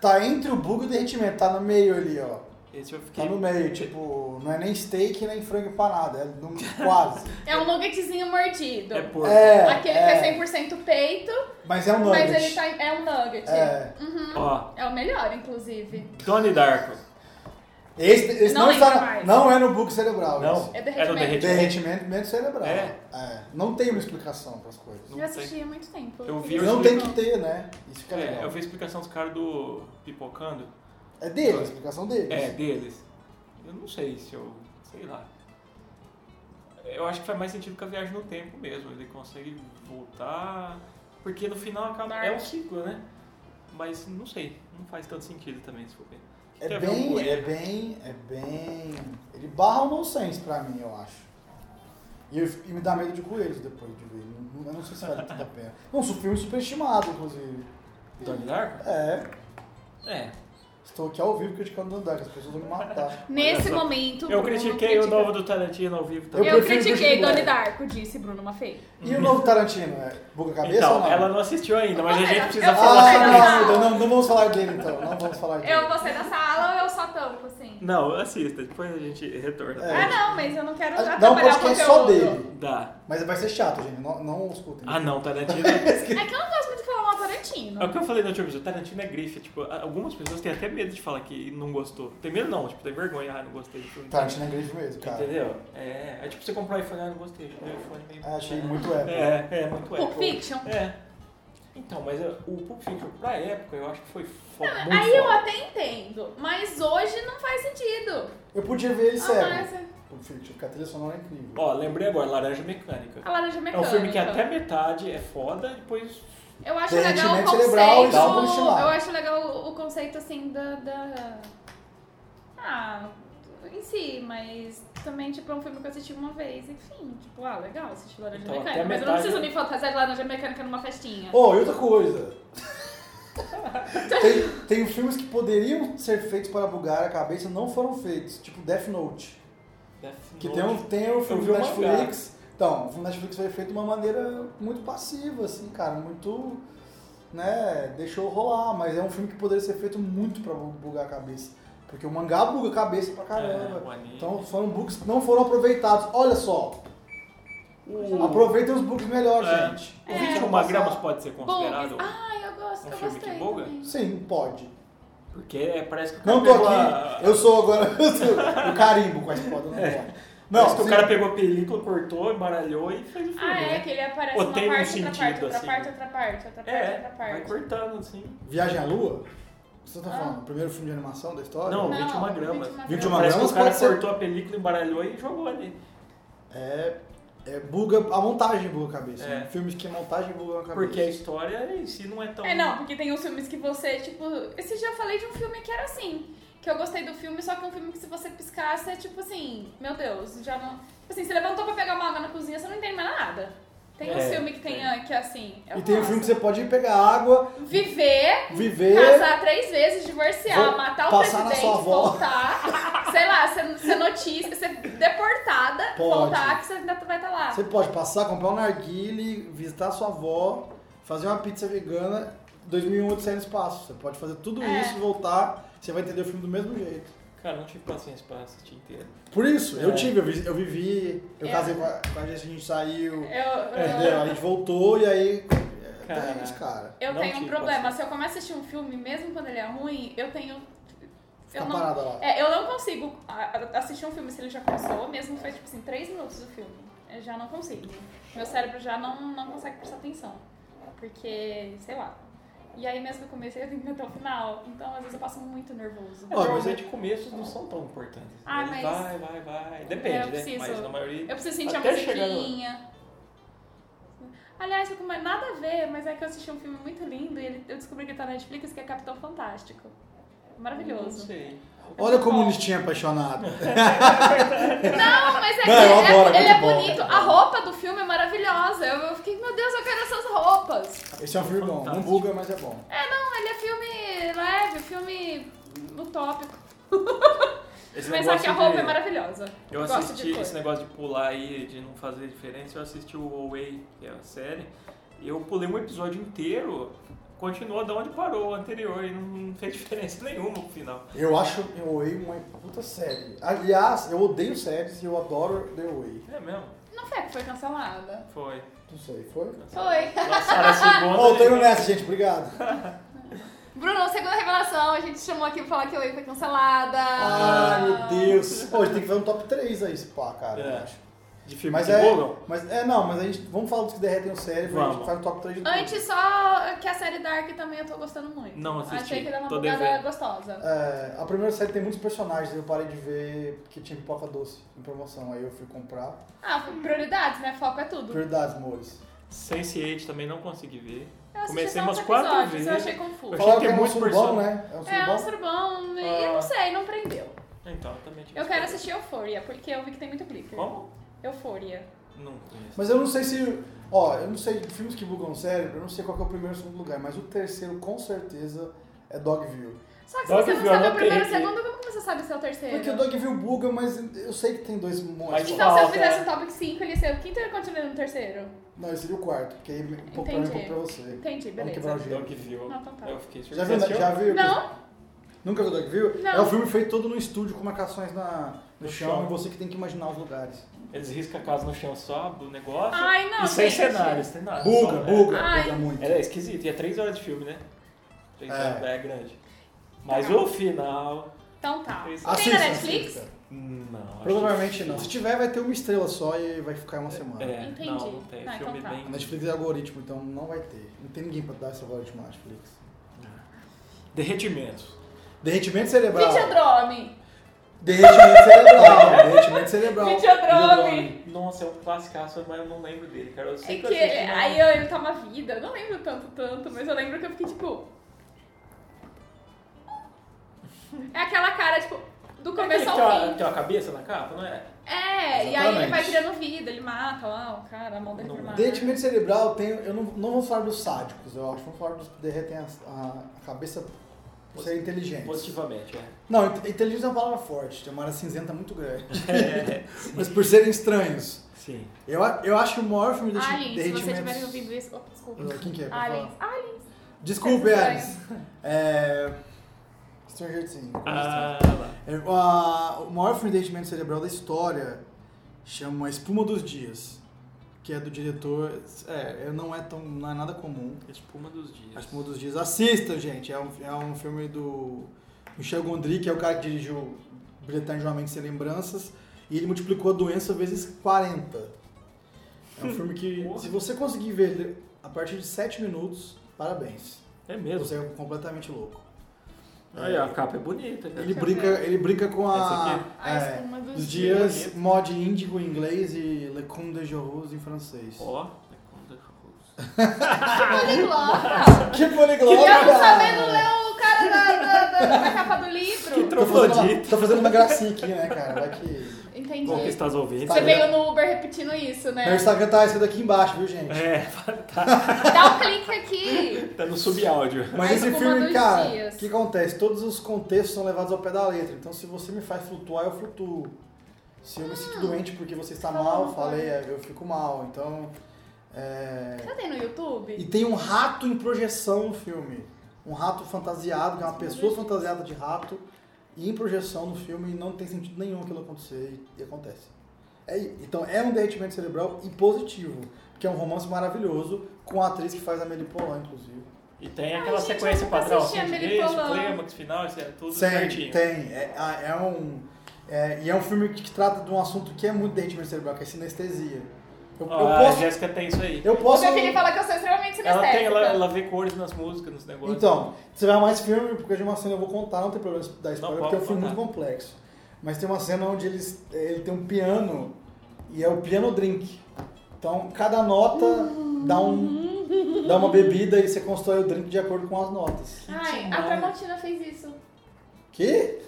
[SPEAKER 3] Tá entre o bug e o derretimento, tá no meio ali, ó.
[SPEAKER 2] Esse eu fiquei.
[SPEAKER 3] Tá no meio, tipo, não é nem steak nem frango empanado, é num- quase.
[SPEAKER 1] É um nuggetzinho mordido.
[SPEAKER 2] É porco.
[SPEAKER 3] É,
[SPEAKER 1] Aquele
[SPEAKER 3] é,
[SPEAKER 1] que é 100% peito,
[SPEAKER 3] mas é um nugget.
[SPEAKER 1] mas ele tá, é um nugget.
[SPEAKER 3] É.
[SPEAKER 1] Uhum.
[SPEAKER 2] Ó,
[SPEAKER 1] É o melhor, inclusive.
[SPEAKER 2] Donnie Darko.
[SPEAKER 3] Esse, esse
[SPEAKER 1] Não
[SPEAKER 3] não, está
[SPEAKER 1] lembro
[SPEAKER 3] na-
[SPEAKER 1] mais.
[SPEAKER 3] não é no buco cerebral.
[SPEAKER 2] Não,
[SPEAKER 1] É
[SPEAKER 2] é do
[SPEAKER 1] derretimento.
[SPEAKER 2] derretimento.
[SPEAKER 3] Derretimento medo cerebral.
[SPEAKER 2] É?
[SPEAKER 3] Não tem uma explicação para as coisas.
[SPEAKER 2] Não
[SPEAKER 1] Eu
[SPEAKER 2] sei.
[SPEAKER 1] assisti há muito tempo.
[SPEAKER 2] Eu vi,
[SPEAKER 1] queria
[SPEAKER 2] eu
[SPEAKER 3] não
[SPEAKER 1] saber
[SPEAKER 3] tem
[SPEAKER 2] explico.
[SPEAKER 3] que
[SPEAKER 1] qual.
[SPEAKER 3] ter, né? Isso fica
[SPEAKER 2] É,
[SPEAKER 3] legal.
[SPEAKER 2] eu vi a explicação dos caras do Pipocando.
[SPEAKER 3] É dele, a explicação dele.
[SPEAKER 2] É, deles. Eu não sei se eu. sei lá. Eu acho que faz mais sentido que a viagem no tempo mesmo. Ele consegue voltar. Porque no final acaba. É um ciclo, né? Mas não sei. Não faz tanto sentido também, se for ver. Tem
[SPEAKER 3] É
[SPEAKER 2] a ver um
[SPEAKER 3] bem,
[SPEAKER 2] coelho.
[SPEAKER 3] é bem, é bem. Ele barra o nonsense pra mim, eu acho. E, eu- e me dá medo de coelhos depois de ver. Não- Eu não sei se vale tanto a pena. Não, sou filme superestimado, inclusive.
[SPEAKER 2] Donnie Darko?
[SPEAKER 3] É,
[SPEAKER 2] É.
[SPEAKER 3] estou aqui ao vivo criticando o Dandar, as pessoas vão me matar.
[SPEAKER 1] Nesse
[SPEAKER 2] Olha só.
[SPEAKER 1] momento.
[SPEAKER 2] Eu
[SPEAKER 1] Bruno
[SPEAKER 2] critiquei o
[SPEAKER 1] critica-
[SPEAKER 2] novo do Tarantino ao vivo
[SPEAKER 1] Eu,
[SPEAKER 3] Eu
[SPEAKER 2] também.
[SPEAKER 3] prefiro
[SPEAKER 1] critiquei
[SPEAKER 3] Bruno
[SPEAKER 1] Donnie
[SPEAKER 3] Guilherme.
[SPEAKER 1] Darko, disse Bruno Maffei.
[SPEAKER 3] E o novo Tarantino? É buga cabeça ou
[SPEAKER 2] Então,
[SPEAKER 3] não?
[SPEAKER 2] ela não assistiu ainda, mas a gente precisa
[SPEAKER 1] Eu vou
[SPEAKER 2] falar.
[SPEAKER 1] sair da
[SPEAKER 3] Ah, não,
[SPEAKER 1] sala.
[SPEAKER 3] então não, não vamos falar dele então. Não vamos falar dele.
[SPEAKER 1] Eu vou sair da sala ou eu só tampo, assim?
[SPEAKER 2] Não, assista, depois a gente retorna.
[SPEAKER 3] É.
[SPEAKER 1] Ah, não, mas eu não quero
[SPEAKER 3] Ah,
[SPEAKER 1] atrapalhar
[SPEAKER 3] Dá um
[SPEAKER 1] o conteúdo.
[SPEAKER 3] podcast só dele.
[SPEAKER 2] Dá.
[SPEAKER 3] Mas vai ser chato, gente. Não, não escutem.
[SPEAKER 2] Ah não, Tarantino.
[SPEAKER 1] É que eu não gosto muito de falar mal do Tarantino.
[SPEAKER 2] É o que eu falei no último vídeo, o Tarantino é grife, tipo, a- algumas pessoas têm até medo de falar que não gostou. Tem medo não, tipo, tem vergonha, ah, não gostei do filme.
[SPEAKER 3] Tarantino é grife mesmo, cara.
[SPEAKER 2] Entendeu? É, é tipo você comprar um iPhone, ah, não gostei, tipo, o iPhone meio...
[SPEAKER 3] Ah, achei muito épico.
[SPEAKER 2] É, é, muito
[SPEAKER 1] Pulp
[SPEAKER 2] épico.
[SPEAKER 1] Fiction.
[SPEAKER 2] É. Então, mas é, o Pulp Fiction, pra época, eu acho que foi fo muito
[SPEAKER 1] Ah, Aí eu
[SPEAKER 2] foda.
[SPEAKER 1] até entendo, mas hoje não faz sentido.
[SPEAKER 3] Eu podia ver ele
[SPEAKER 1] Ah,
[SPEAKER 3] sério.
[SPEAKER 1] essa-
[SPEAKER 3] Pulp Fiction, porque a trilha sonora é incrível.
[SPEAKER 2] Ó, lembrei agora, Laranja Mecânica.
[SPEAKER 1] A Laranja
[SPEAKER 2] É
[SPEAKER 1] Mecânica.
[SPEAKER 2] um filme que até metade é foda, depois...
[SPEAKER 1] Eu acho
[SPEAKER 3] Derretimento
[SPEAKER 1] legal o conceito.
[SPEAKER 3] cerebral
[SPEAKER 2] e só
[SPEAKER 3] cochilado.
[SPEAKER 1] eu acho legal o- o conceito assim da, da. Ah, em si, mas também, tipo, é um filme que eu assisti uma vez, enfim, tipo, ah, legal assistir Laranja
[SPEAKER 2] Então, até
[SPEAKER 1] Mecânica.
[SPEAKER 2] a
[SPEAKER 1] Mas eu não
[SPEAKER 2] metade-
[SPEAKER 1] preciso me fantasiar de Laranja Mecânica numa festinha.
[SPEAKER 3] Oh, e outra coisa. tem, tem filmes que poderiam ser feitos para bugar a cabeça e não foram feitos, tipo Death Note.
[SPEAKER 2] Death
[SPEAKER 3] Que
[SPEAKER 2] Note.
[SPEAKER 3] tem um, tem um filme
[SPEAKER 2] vi
[SPEAKER 3] do
[SPEAKER 2] o
[SPEAKER 3] Netflix. Então, o filme do Netflix foi feito de uma maneira muito passiva, assim, cara. Muito. né, deixou rolar, mas é um filme que poderia ser feito muito pra bu- bugar a cabeça. Porque o mangá buga a cabeça pra
[SPEAKER 2] É, o
[SPEAKER 3] caramba.
[SPEAKER 2] anime.
[SPEAKER 3] então foram bugs que não foram aproveitados. Olha só, aproveitem os bugs melhor,
[SPEAKER 2] Uhum. É.
[SPEAKER 3] gente.
[SPEAKER 2] O 21 gramas pode ser considerado?
[SPEAKER 1] Bugs. Ai, eu gosto,
[SPEAKER 2] Um
[SPEAKER 1] eu
[SPEAKER 2] filme que
[SPEAKER 1] gostei.
[SPEAKER 2] buga?
[SPEAKER 1] também.
[SPEAKER 3] Sim, pode.
[SPEAKER 2] Porque é, parece que o cara
[SPEAKER 3] Não tô
[SPEAKER 2] pegou a-
[SPEAKER 3] aqui, eu sou agora eu sou o carimbo com a espada, não pode. Não,
[SPEAKER 2] Parece que
[SPEAKER 3] sim.
[SPEAKER 2] o cara pegou a película, cortou, embaralhou e fez o filme.
[SPEAKER 1] Ah, é,
[SPEAKER 2] né?
[SPEAKER 1] que ele aparece
[SPEAKER 2] Ou
[SPEAKER 1] uma
[SPEAKER 2] tem um
[SPEAKER 1] parte, outra
[SPEAKER 2] sentido,
[SPEAKER 1] parte, outra
[SPEAKER 2] assim.
[SPEAKER 1] parte, outra parte, outra parte,
[SPEAKER 2] É,
[SPEAKER 1] outra
[SPEAKER 2] vai
[SPEAKER 1] parte.
[SPEAKER 2] cortando assim.
[SPEAKER 3] Viagem à Lua? Você tá
[SPEAKER 1] Ah.
[SPEAKER 3] falando? Primeiro filme de animação da história?
[SPEAKER 2] Não,
[SPEAKER 1] Não,
[SPEAKER 2] 21 gramas.
[SPEAKER 3] 21
[SPEAKER 2] Parece que
[SPEAKER 3] gramas
[SPEAKER 2] o cara
[SPEAKER 3] pode ser-
[SPEAKER 2] cortou a película, embaralhou e jogou ali.
[SPEAKER 3] É, é buga, a montagem buga a cabeça.
[SPEAKER 2] É.
[SPEAKER 3] né? Filmes que a montagem buga a cabeça.
[SPEAKER 2] Porque é a história em si não é tão.
[SPEAKER 1] É,
[SPEAKER 3] né?
[SPEAKER 1] não, porque tem uns filmes que você, tipo. Esse dia eu falei de um filme que era assim. Que eu gostei do filme, só que é um filme que se você piscar, você é tipo assim, meu Deus, já não. Tipo assim, você levantou pra pegar uma água na cozinha, você não entende mais nada. Tem um
[SPEAKER 2] É,
[SPEAKER 1] filme que tem,
[SPEAKER 2] tem.
[SPEAKER 1] ah, que é assim. eu
[SPEAKER 3] E tem um
[SPEAKER 1] gosto.
[SPEAKER 3] filme que você pode pegar água,
[SPEAKER 1] Viver,
[SPEAKER 3] viver.
[SPEAKER 1] casar três vezes, divorciar,
[SPEAKER 3] Vou
[SPEAKER 1] matar o
[SPEAKER 3] passar na
[SPEAKER 1] presidente,
[SPEAKER 3] sua avó.
[SPEAKER 1] voltar. sei lá, ser, ser notícia, ser é deportada,
[SPEAKER 3] Pode.
[SPEAKER 1] voltar, que você ainda vai estar lá.
[SPEAKER 3] Você pode passar, comprar um narguile, visitar sua avó, fazer uma pizza vegana, 2001 Odisseia um no espaço. Você pode fazer tudo
[SPEAKER 1] É.
[SPEAKER 3] isso, voltar, você vai entender o filme do mesmo jeito.
[SPEAKER 2] Cara, eu não tive paciência pra assistir inteiro.
[SPEAKER 3] Por isso, eu
[SPEAKER 2] É.
[SPEAKER 3] tive, eu, vi- eu vivi, eu
[SPEAKER 1] É.
[SPEAKER 3] casei com a, com a gente, a gente saiu,
[SPEAKER 1] Eu, eu-
[SPEAKER 3] entendeu? A gente voltou e aí.
[SPEAKER 2] Cara.
[SPEAKER 3] É, é isso, cara.
[SPEAKER 1] Eu
[SPEAKER 2] Não
[SPEAKER 1] tenho um
[SPEAKER 2] tive
[SPEAKER 1] problema.
[SPEAKER 2] paciência.
[SPEAKER 1] Se eu começar a assistir um filme, mesmo quando ele é ruim, eu tenho. Eu
[SPEAKER 3] Fica
[SPEAKER 1] não,
[SPEAKER 3] Tá parada lá.
[SPEAKER 1] é, eu não consigo a- a- assistir um filme se ele já começou, mesmo que foi tipo assim, três minutos do filme. Eu já não consigo. Meu cérebro já não, não consegue prestar atenção. Porque, sei lá. E aí mesmo que eu comecei, eu tenho que ir até o final. Então, às vezes eu passo muito nervoso.
[SPEAKER 3] Ó, mas
[SPEAKER 2] Normalmente é começos não são tão importantes.
[SPEAKER 1] Ah,
[SPEAKER 2] Ele
[SPEAKER 1] mas-
[SPEAKER 2] Vai, vai, vai. Depende,
[SPEAKER 1] Eu
[SPEAKER 2] né?
[SPEAKER 1] preciso-
[SPEAKER 2] Mas na maioria.
[SPEAKER 1] Eu preciso sentir a
[SPEAKER 2] Até chegar no-
[SPEAKER 1] musiquinha. Aliás, eu como é nada a ver, mas é que eu assisti um filme muito lindo e ele- eu descobri que tá na Netflix, que é Capitão Fantástico.
[SPEAKER 2] Não
[SPEAKER 1] Maravilhoso.
[SPEAKER 2] sei.
[SPEAKER 3] Olha o comunistinha apaixonado.
[SPEAKER 1] Não, mas é que
[SPEAKER 3] Não, eu
[SPEAKER 1] ele, é-
[SPEAKER 3] adoro, é
[SPEAKER 1] ele é,
[SPEAKER 3] muito bom.
[SPEAKER 1] bonito. A roupa do filme é maravilhosa. Eu, eu fiquei, meu Deus, eu quero essas roupas.
[SPEAKER 3] Esse é um filme bom. Não
[SPEAKER 2] Fantástico.
[SPEAKER 3] buga, mas é bom.
[SPEAKER 1] É, não, ele é filme leve, filme utópico.
[SPEAKER 2] Esse
[SPEAKER 1] Mas só
[SPEAKER 2] negócio
[SPEAKER 1] que a roupa
[SPEAKER 2] de-
[SPEAKER 1] é maravilhosa.
[SPEAKER 2] Eu
[SPEAKER 1] gosto de
[SPEAKER 2] assisti né?
[SPEAKER 1] cor.
[SPEAKER 2] esse negócio de pular aí, de não fazer diferença, eu assisti o Away, que é a série, e eu pulei um episódio inteiro, continuou da onde parou o anterior, e não fez diferença nenhuma no final.
[SPEAKER 3] Eu acho The Way uma puta série. Aliás, eu odeio séries e eu adoro The Way.
[SPEAKER 2] É mesmo?
[SPEAKER 1] Não foi que foi cancelada.
[SPEAKER 2] Foi.
[SPEAKER 3] Não sei, foi?
[SPEAKER 1] Foi.
[SPEAKER 2] Lançaram a segunda. né?
[SPEAKER 3] Voltando nessa, gente. Obrigado.
[SPEAKER 1] Bruno, segunda revelação, a gente chamou aqui pra falar que a Wave foi cancelada. Ah.
[SPEAKER 3] Ai, meu Deus. Pô, a gente tem que fazer um top 3 aí, se pá, cara.
[SPEAKER 2] É.
[SPEAKER 3] eu acho.
[SPEAKER 2] De filme
[SPEAKER 3] Mas
[SPEAKER 2] que
[SPEAKER 3] é,
[SPEAKER 2] bugam?
[SPEAKER 3] mas é, não, mas a gente, vamos falar dos que derretem o cérebro, a gente
[SPEAKER 2] Vamos.
[SPEAKER 3] faz o top 3 de tudo.
[SPEAKER 1] Antes, só que a série Dark também eu tô gostando muito.
[SPEAKER 2] Não assisti,
[SPEAKER 1] Achei que dá uma
[SPEAKER 2] tô
[SPEAKER 1] bugada
[SPEAKER 2] devendo.
[SPEAKER 1] gostosa.
[SPEAKER 3] É, a primeira série tem muitos personagens, eu parei de ver porque tinha pipoca doce em promoção, aí eu fui comprar.
[SPEAKER 1] Ah, prioridades, né? Foco é tudo.
[SPEAKER 3] Verdade, amores.
[SPEAKER 2] Sense8 também não consegui ver.
[SPEAKER 1] Eu assisti só
[SPEAKER 2] Comecei
[SPEAKER 1] uns
[SPEAKER 2] umas quatro
[SPEAKER 1] episódios,
[SPEAKER 2] vezes.
[SPEAKER 1] Eu achei confuso.
[SPEAKER 2] Eu achei
[SPEAKER 3] Falaram
[SPEAKER 2] que
[SPEAKER 3] que
[SPEAKER 2] é
[SPEAKER 3] é um
[SPEAKER 2] muito
[SPEAKER 3] surubão,
[SPEAKER 2] personagem.
[SPEAKER 3] né? É um
[SPEAKER 1] É
[SPEAKER 3] surubão?
[SPEAKER 1] um surbão, e
[SPEAKER 2] Ah.
[SPEAKER 1] eu não sei, não prendeu.
[SPEAKER 2] Então, eu também tive
[SPEAKER 1] Eu
[SPEAKER 2] que
[SPEAKER 1] quero
[SPEAKER 2] ver.
[SPEAKER 1] assistir Euphoria, porque eu vi que tem muito glitter.
[SPEAKER 2] Como?
[SPEAKER 1] Euphoria.
[SPEAKER 2] Não conheço.
[SPEAKER 3] Mas eu não sei se. Ó, eu não sei, filmes que bugam o cérebro, eu não sei qual que é o primeiro e o segundo lugar, mas o terceiro com certeza é Dogville.
[SPEAKER 1] Só que se
[SPEAKER 2] Dog
[SPEAKER 1] você não
[SPEAKER 2] View,
[SPEAKER 1] sabe o
[SPEAKER 2] anotei
[SPEAKER 1] primeiro e o
[SPEAKER 2] aqui.
[SPEAKER 1] segundo, como que você sabe se é o terceiro?
[SPEAKER 3] Porque o Dogville buga, mas eu sei que tem dois monstros.
[SPEAKER 1] Então se eu
[SPEAKER 2] Falta. é.
[SPEAKER 1] fizesse um top 5, ele ia ser o quinto e ele continua no terceiro?
[SPEAKER 3] Não, esse seria o quarto, porque aí um pouco pra mim, um pouco pra você.
[SPEAKER 1] Entendi,
[SPEAKER 3] Vamos quebrar o
[SPEAKER 1] beleza.
[SPEAKER 3] gelo.
[SPEAKER 2] Dogville.
[SPEAKER 1] Não, então tá.
[SPEAKER 2] Eu fiquei
[SPEAKER 3] Já viu?
[SPEAKER 2] surpreso.
[SPEAKER 3] Já viu?
[SPEAKER 1] Não?
[SPEAKER 3] Nunca viu Dogville?
[SPEAKER 1] Não.
[SPEAKER 3] É um filme feito todo no estúdio, com marcações na, no
[SPEAKER 2] No
[SPEAKER 3] chão,
[SPEAKER 2] chão.
[SPEAKER 3] e você que tem que imaginar os lugares.
[SPEAKER 2] Eles riscam a casa no chão só do negócio.
[SPEAKER 1] Ai, não,
[SPEAKER 2] E sem
[SPEAKER 1] Ah, gente.
[SPEAKER 2] cenários, tem nada.
[SPEAKER 3] Buga,
[SPEAKER 2] Tá, Só- um
[SPEAKER 3] buga,
[SPEAKER 1] Ai.
[SPEAKER 3] buga muito.
[SPEAKER 2] Era esquisito. E é três horas de filme, né? Três
[SPEAKER 3] É.
[SPEAKER 2] horas é grande. Mas
[SPEAKER 1] Tá.
[SPEAKER 2] o final.
[SPEAKER 1] Então tá.
[SPEAKER 2] Isso.
[SPEAKER 1] Tem
[SPEAKER 3] Assista,
[SPEAKER 1] na Netflix?
[SPEAKER 3] assista.
[SPEAKER 2] Não. acho
[SPEAKER 3] Provavelmente
[SPEAKER 2] que-
[SPEAKER 3] não. Se tiver, vai ter uma estrela só e vai ficar uma semana.
[SPEAKER 2] É,
[SPEAKER 1] Entendi.
[SPEAKER 2] Não, não tem.
[SPEAKER 1] Tá,
[SPEAKER 2] filme
[SPEAKER 1] então tá.
[SPEAKER 3] A
[SPEAKER 2] bem.
[SPEAKER 3] Netflix é algoritmo, então não vai ter. Não tem ninguém pra dar essa voz de Netflix.
[SPEAKER 2] Derretimentos.
[SPEAKER 3] Derretimento cerebral.
[SPEAKER 1] é Videodrome.
[SPEAKER 3] Derretimento cerebral. né? Derretimento cerebral.
[SPEAKER 1] Videodrome.
[SPEAKER 2] Nossa, é um classicaço, mas eu não lembro dele, cara. Eu sei
[SPEAKER 1] É
[SPEAKER 2] que,
[SPEAKER 1] que
[SPEAKER 2] eu assisti, mas-
[SPEAKER 1] aí eu, eu tava vida, eu não lembro tanto, tanto, mas eu lembro que eu fiquei tipo. É aquela cara, tipo, do
[SPEAKER 2] É aquele
[SPEAKER 1] começo ao
[SPEAKER 2] que tem uma-
[SPEAKER 1] fim.
[SPEAKER 2] Tem uma cabeça na capa, não é?
[SPEAKER 1] É, e aí ele vai
[SPEAKER 3] Exatamente.
[SPEAKER 1] criando vida, ele mata lá, o cara, a mão dele
[SPEAKER 2] Não.
[SPEAKER 1] formada.
[SPEAKER 3] Derretimento cerebral tem. Eu não, não vou falar dos sádicos, eu acho. Vamos falar dos que derretem a, a- a cabeça por ser inteligente.
[SPEAKER 2] Positivamente, é.
[SPEAKER 3] Não, inte- inteligente é uma palavra forte, tem uma área cinzenta muito grande.
[SPEAKER 2] É,
[SPEAKER 3] Mas por serem estranhos.
[SPEAKER 2] Sim.
[SPEAKER 3] Eu, a- eu acho o maior filme de
[SPEAKER 1] Alien, se você
[SPEAKER 3] derretimento.
[SPEAKER 1] tiver ouvindo isso. Opa, desculpa. Ah,
[SPEAKER 3] Quem que é? pra
[SPEAKER 1] Alien.
[SPEAKER 3] falar?
[SPEAKER 1] Alien.
[SPEAKER 3] Desculpe,
[SPEAKER 1] Coisas
[SPEAKER 3] Alice. É. Stranger Things.
[SPEAKER 2] Ah, lá.
[SPEAKER 3] É, a- o maior filme de entendimento cerebral da história chama Espuma dos Dias, que é do diretor. É, é, não é tão. não é nada comum.
[SPEAKER 2] Espuma tipo dos dias.
[SPEAKER 3] A Espuma dos Dias. Assista, gente. É um, é um filme do Michel Gondry, que é o cara que dirigiu Brilhantar Enjoamento Sem Lembranças, e ele multiplicou a doença vezes 40. É um filme que,
[SPEAKER 2] Porra.
[SPEAKER 3] se você conseguir ver ele a partir de 7 minutos, parabéns.
[SPEAKER 2] É mesmo.
[SPEAKER 3] Você é completamente louco.
[SPEAKER 2] Aí, ó, a capa é bonita. cara.
[SPEAKER 3] Ele brinca, ele brinca com
[SPEAKER 2] Essa
[SPEAKER 3] a,
[SPEAKER 2] aqui?
[SPEAKER 1] A
[SPEAKER 3] é,
[SPEAKER 1] espuma dos
[SPEAKER 3] os
[SPEAKER 2] dias.
[SPEAKER 3] dias mod índigo em inglês e Le Comte de Jorose em francês.
[SPEAKER 2] Ó, é conta de rosto.
[SPEAKER 1] Poliglota.
[SPEAKER 3] Que
[SPEAKER 1] Eu
[SPEAKER 3] poliglota!
[SPEAKER 1] não sabendo ler o cara da, da, da- da capa do
[SPEAKER 2] Que
[SPEAKER 1] livro.
[SPEAKER 3] Tô fazendo, uma,
[SPEAKER 2] troglodita.
[SPEAKER 3] tô fazendo uma gracinha aqui, né, cara? Vai que...
[SPEAKER 1] Entendi.
[SPEAKER 2] Bom que estás ouvindo.
[SPEAKER 1] Você
[SPEAKER 3] Tá,
[SPEAKER 1] veio no Uber repetindo isso,
[SPEAKER 3] Meu
[SPEAKER 1] né?
[SPEAKER 3] Instagram tá escrito aqui embaixo, viu, gente?
[SPEAKER 2] É,
[SPEAKER 1] Dá um clique aqui.
[SPEAKER 2] tá no subáudio.
[SPEAKER 3] Mas
[SPEAKER 1] A
[SPEAKER 3] esse
[SPEAKER 1] espuma
[SPEAKER 3] filme,
[SPEAKER 1] dos
[SPEAKER 3] cara,
[SPEAKER 1] dias.
[SPEAKER 3] o que acontece? Todos os contextos são levados ao pé da letra. Então, se você me faz flutuar, eu flutuo. Se eu me
[SPEAKER 1] Ah.
[SPEAKER 3] sinto doente porque você está
[SPEAKER 1] Falou
[SPEAKER 3] mal,
[SPEAKER 1] uma
[SPEAKER 3] falei, é, eu fico mal. Então, é...
[SPEAKER 1] Já tem no
[SPEAKER 3] E
[SPEAKER 1] YouTube?
[SPEAKER 3] tem um rato em projeção no filme. Um rato fantasiado, que é uma pessoa fantasiada de rato, e em projeção no filme, e não tem sentido nenhum aquilo acontecer, e, e acontece. É, i- então é um derretimento cerebral e positivo, porque é um romance maravilhoso, com a atriz que faz a Amelie Polan, inclusive.
[SPEAKER 2] E tem
[SPEAKER 1] Ai,
[SPEAKER 2] aquela
[SPEAKER 1] gente,
[SPEAKER 2] sequência
[SPEAKER 1] eu nunca
[SPEAKER 2] padrão,
[SPEAKER 1] assisti
[SPEAKER 2] assim, de
[SPEAKER 1] Amelie
[SPEAKER 2] início,
[SPEAKER 1] Polan.
[SPEAKER 2] clímax, final, isso é tudo
[SPEAKER 3] Tem,
[SPEAKER 2] certinho.
[SPEAKER 3] tem. É, a- é um, é- e é um filme que que trata de um assunto que é muito derretimento cerebral, que é sinestesia. Eu,
[SPEAKER 2] Ó,
[SPEAKER 3] eu
[SPEAKER 2] a
[SPEAKER 3] posso...
[SPEAKER 2] Jéssica tem isso aí.
[SPEAKER 3] Eu
[SPEAKER 1] O
[SPEAKER 3] posso...
[SPEAKER 1] meu filho fala é que eu sou extremamente
[SPEAKER 2] Ela, tem,
[SPEAKER 1] sinestésica.
[SPEAKER 2] ela, ela vê cores nas músicas, nos negócios.
[SPEAKER 3] Então, se tiver mais filme, porque de uma cena eu vou contar, não tem problema da spoiler,
[SPEAKER 2] Não,
[SPEAKER 3] porque é um
[SPEAKER 2] pode
[SPEAKER 3] filme
[SPEAKER 2] contar.
[SPEAKER 3] muito complexo. Mas tem uma cena onde eles, ele tem um piano e é o piano drink. Então, cada nota dá, um, dá uma bebida e você constrói o drink de acordo com as notas.
[SPEAKER 1] Ai, a
[SPEAKER 2] Timão.
[SPEAKER 1] Tramontina fez isso.
[SPEAKER 3] Que?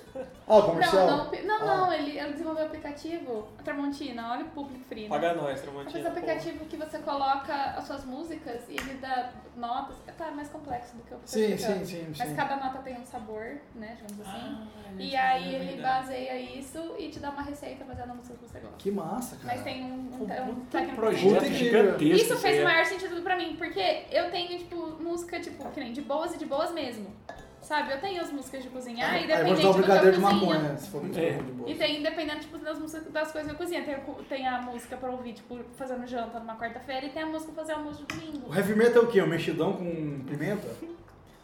[SPEAKER 3] Ah, o comercial?
[SPEAKER 1] Não, não, não,
[SPEAKER 3] Ah.
[SPEAKER 1] não ele, ela desenvolveu o aplicativo. A Tramontina, olha o público free. Né?
[SPEAKER 2] Paga nós,
[SPEAKER 1] Ela
[SPEAKER 2] Tramontina.
[SPEAKER 1] fez um aplicativo que você coloca as suas músicas e ele dá notas. Tá mais complexo do que eu tô
[SPEAKER 3] Sim,
[SPEAKER 1] explicando.
[SPEAKER 3] sim, sim,
[SPEAKER 1] Mas
[SPEAKER 3] sim.
[SPEAKER 1] cada nota tem um sabor, né, digamos
[SPEAKER 2] pô.
[SPEAKER 1] assim.
[SPEAKER 2] Ah,
[SPEAKER 1] e
[SPEAKER 2] é
[SPEAKER 1] aí ele
[SPEAKER 2] verdade.
[SPEAKER 1] baseia isso e te dá uma receita baseada na música que você gosta.
[SPEAKER 3] Que massa, cara.
[SPEAKER 1] Mas tem um, um, um,
[SPEAKER 2] Puta
[SPEAKER 1] técnico
[SPEAKER 2] projeto
[SPEAKER 3] Puta
[SPEAKER 2] gigantesco.
[SPEAKER 1] Isso fez o
[SPEAKER 2] aí.
[SPEAKER 1] maior sentido pra mim, porque eu tenho, tipo, música, tipo, que nem de boas e de boas mesmo. Sabe? Eu tenho as músicas de cozinhar,
[SPEAKER 3] Aí eu vou
[SPEAKER 1] independente
[SPEAKER 3] dar um
[SPEAKER 1] do que eu
[SPEAKER 3] brigadeiro de
[SPEAKER 1] cozinho.
[SPEAKER 3] maconha, se for muito
[SPEAKER 2] É.
[SPEAKER 3] bom de boa.
[SPEAKER 1] E tem, independente, tipo, das músicas das coisas que eu cozinho. Tem, o- tem a música pra ouvir, tipo, fazendo janta numa quarta-feira e tem a música pra fazer almoço de
[SPEAKER 3] O
[SPEAKER 1] domingo.
[SPEAKER 3] heavy metal é o quê? Um mexidão com pimenta?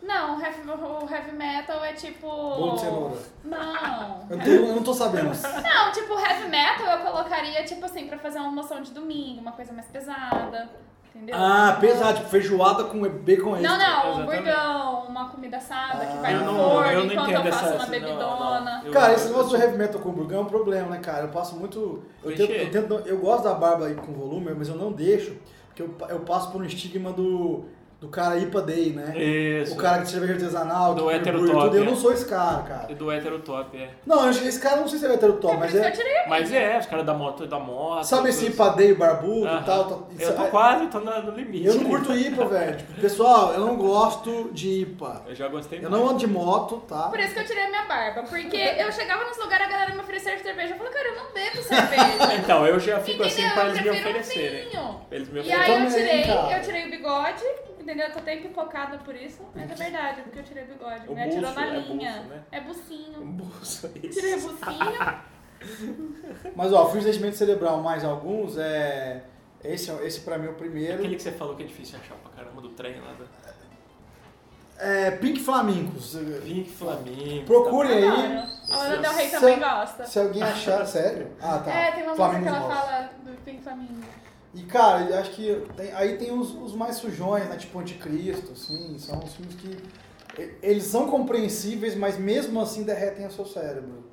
[SPEAKER 1] Não, o heavy, o heavy metal é tipo.
[SPEAKER 3] Bolo de cenoura.
[SPEAKER 1] Não.
[SPEAKER 3] Eu não tô, eu não tô sabendo.
[SPEAKER 1] Não, tipo, heavy metal eu colocaria, tipo assim, pra fazer uma moção de domingo, uma coisa mais pesada. Entendeu?
[SPEAKER 3] Ah, pesado, tipo feijoada com bacon
[SPEAKER 1] Não, não,
[SPEAKER 3] extra.
[SPEAKER 1] um
[SPEAKER 2] Exatamente.
[SPEAKER 1] burgão, uma comida assada que vai
[SPEAKER 3] Ah,
[SPEAKER 1] no
[SPEAKER 3] eu não-
[SPEAKER 1] forno
[SPEAKER 2] eu não
[SPEAKER 1] enquanto
[SPEAKER 2] entendo
[SPEAKER 1] eu faço
[SPEAKER 2] essa-
[SPEAKER 1] uma
[SPEAKER 2] essa- não,
[SPEAKER 1] bebidona.
[SPEAKER 2] não, não.
[SPEAKER 3] Cara, esse negócio do heavy metal com burgão é um problema, né, cara? Eu passo muito. Eu,
[SPEAKER 2] Clichê.
[SPEAKER 3] tento, eu, tento não- eu gosto da barba aí com volume, mas eu não deixo, porque eu, eu passo por um estigma do, do cara IPA Day, né?
[SPEAKER 2] Isso.
[SPEAKER 3] O cara de cerveja artesanal,
[SPEAKER 2] Do
[SPEAKER 3] que bebe
[SPEAKER 2] hétero
[SPEAKER 3] burger e
[SPEAKER 2] top,
[SPEAKER 3] tudo. Eu
[SPEAKER 2] é.
[SPEAKER 3] não sou esse cara, cara.
[SPEAKER 2] Do hétero top, é.
[SPEAKER 3] Não, eu acho que esse cara não sei se é hétero
[SPEAKER 1] É
[SPEAKER 3] top,
[SPEAKER 1] por
[SPEAKER 3] mas
[SPEAKER 1] isso que eu
[SPEAKER 3] é.
[SPEAKER 1] tirei a
[SPEAKER 2] Mas é, os caras da moto, da moto.
[SPEAKER 3] Sabe esse
[SPEAKER 2] tudo.
[SPEAKER 3] padeio barbudo e
[SPEAKER 2] tipo Aham.
[SPEAKER 3] tal? tá- isso
[SPEAKER 2] Eu tô
[SPEAKER 3] é-
[SPEAKER 2] quase, tô na- no limite.
[SPEAKER 3] eu não curto IPA, velho. Tipo, pessoal, eu não gosto de IPA.
[SPEAKER 2] Eu já gostei
[SPEAKER 3] Eu
[SPEAKER 2] mais.
[SPEAKER 3] não ando de moto, tá?
[SPEAKER 1] Por isso que eu tirei a minha barba. Porque eu chegava nos lugares, a galera me oferecia cerveja. Eu falei, cara, eu não bebo cerveja.
[SPEAKER 2] Então, eu já fico assim
[SPEAKER 1] Entendeu?
[SPEAKER 2] pra
[SPEAKER 1] eu
[SPEAKER 2] eles me
[SPEAKER 1] prefiro um
[SPEAKER 2] oferecerem.
[SPEAKER 1] vinho.
[SPEAKER 2] Eles me
[SPEAKER 1] E aí
[SPEAKER 2] oferecem.
[SPEAKER 1] eu
[SPEAKER 3] Também,
[SPEAKER 1] tirei,
[SPEAKER 3] cara.
[SPEAKER 1] eu tirei o bigode, entendeu? Eu tô até empipocada por isso, mas é verdade, porque eu tirei o bigode.
[SPEAKER 2] O
[SPEAKER 1] né? Tirou
[SPEAKER 2] buço,
[SPEAKER 1] na
[SPEAKER 2] é
[SPEAKER 1] linha.
[SPEAKER 2] buço, né?
[SPEAKER 1] É bucinho.
[SPEAKER 2] Um bolso aí.
[SPEAKER 1] Tirei o bucinho.
[SPEAKER 3] Mas ó, frigideiramente cerebral mais alguns é. Esse, esse pra mim é o primeiro.
[SPEAKER 2] Aquele que você falou que é difícil achar pra caramba do trem lá né? da
[SPEAKER 3] É Pink Flamingos.
[SPEAKER 2] Pink Flamingo.
[SPEAKER 3] Procurem aí.
[SPEAKER 1] Adoro. A Lana Del Rey
[SPEAKER 3] Se-
[SPEAKER 1] também gosta.
[SPEAKER 3] Se alguém achar. Sério? Ah, tá.
[SPEAKER 1] É, tem uma música
[SPEAKER 3] Flamingos
[SPEAKER 1] que ela
[SPEAKER 3] Nossos.
[SPEAKER 1] fala do Pink Flamingo.
[SPEAKER 3] E cara, eu acho que tem- aí tem os, os mais sujões, né? Tipo Anticristo, assim. São os filmes que. e- Eles são compreensíveis, mas mesmo assim derretem o seu cérebro.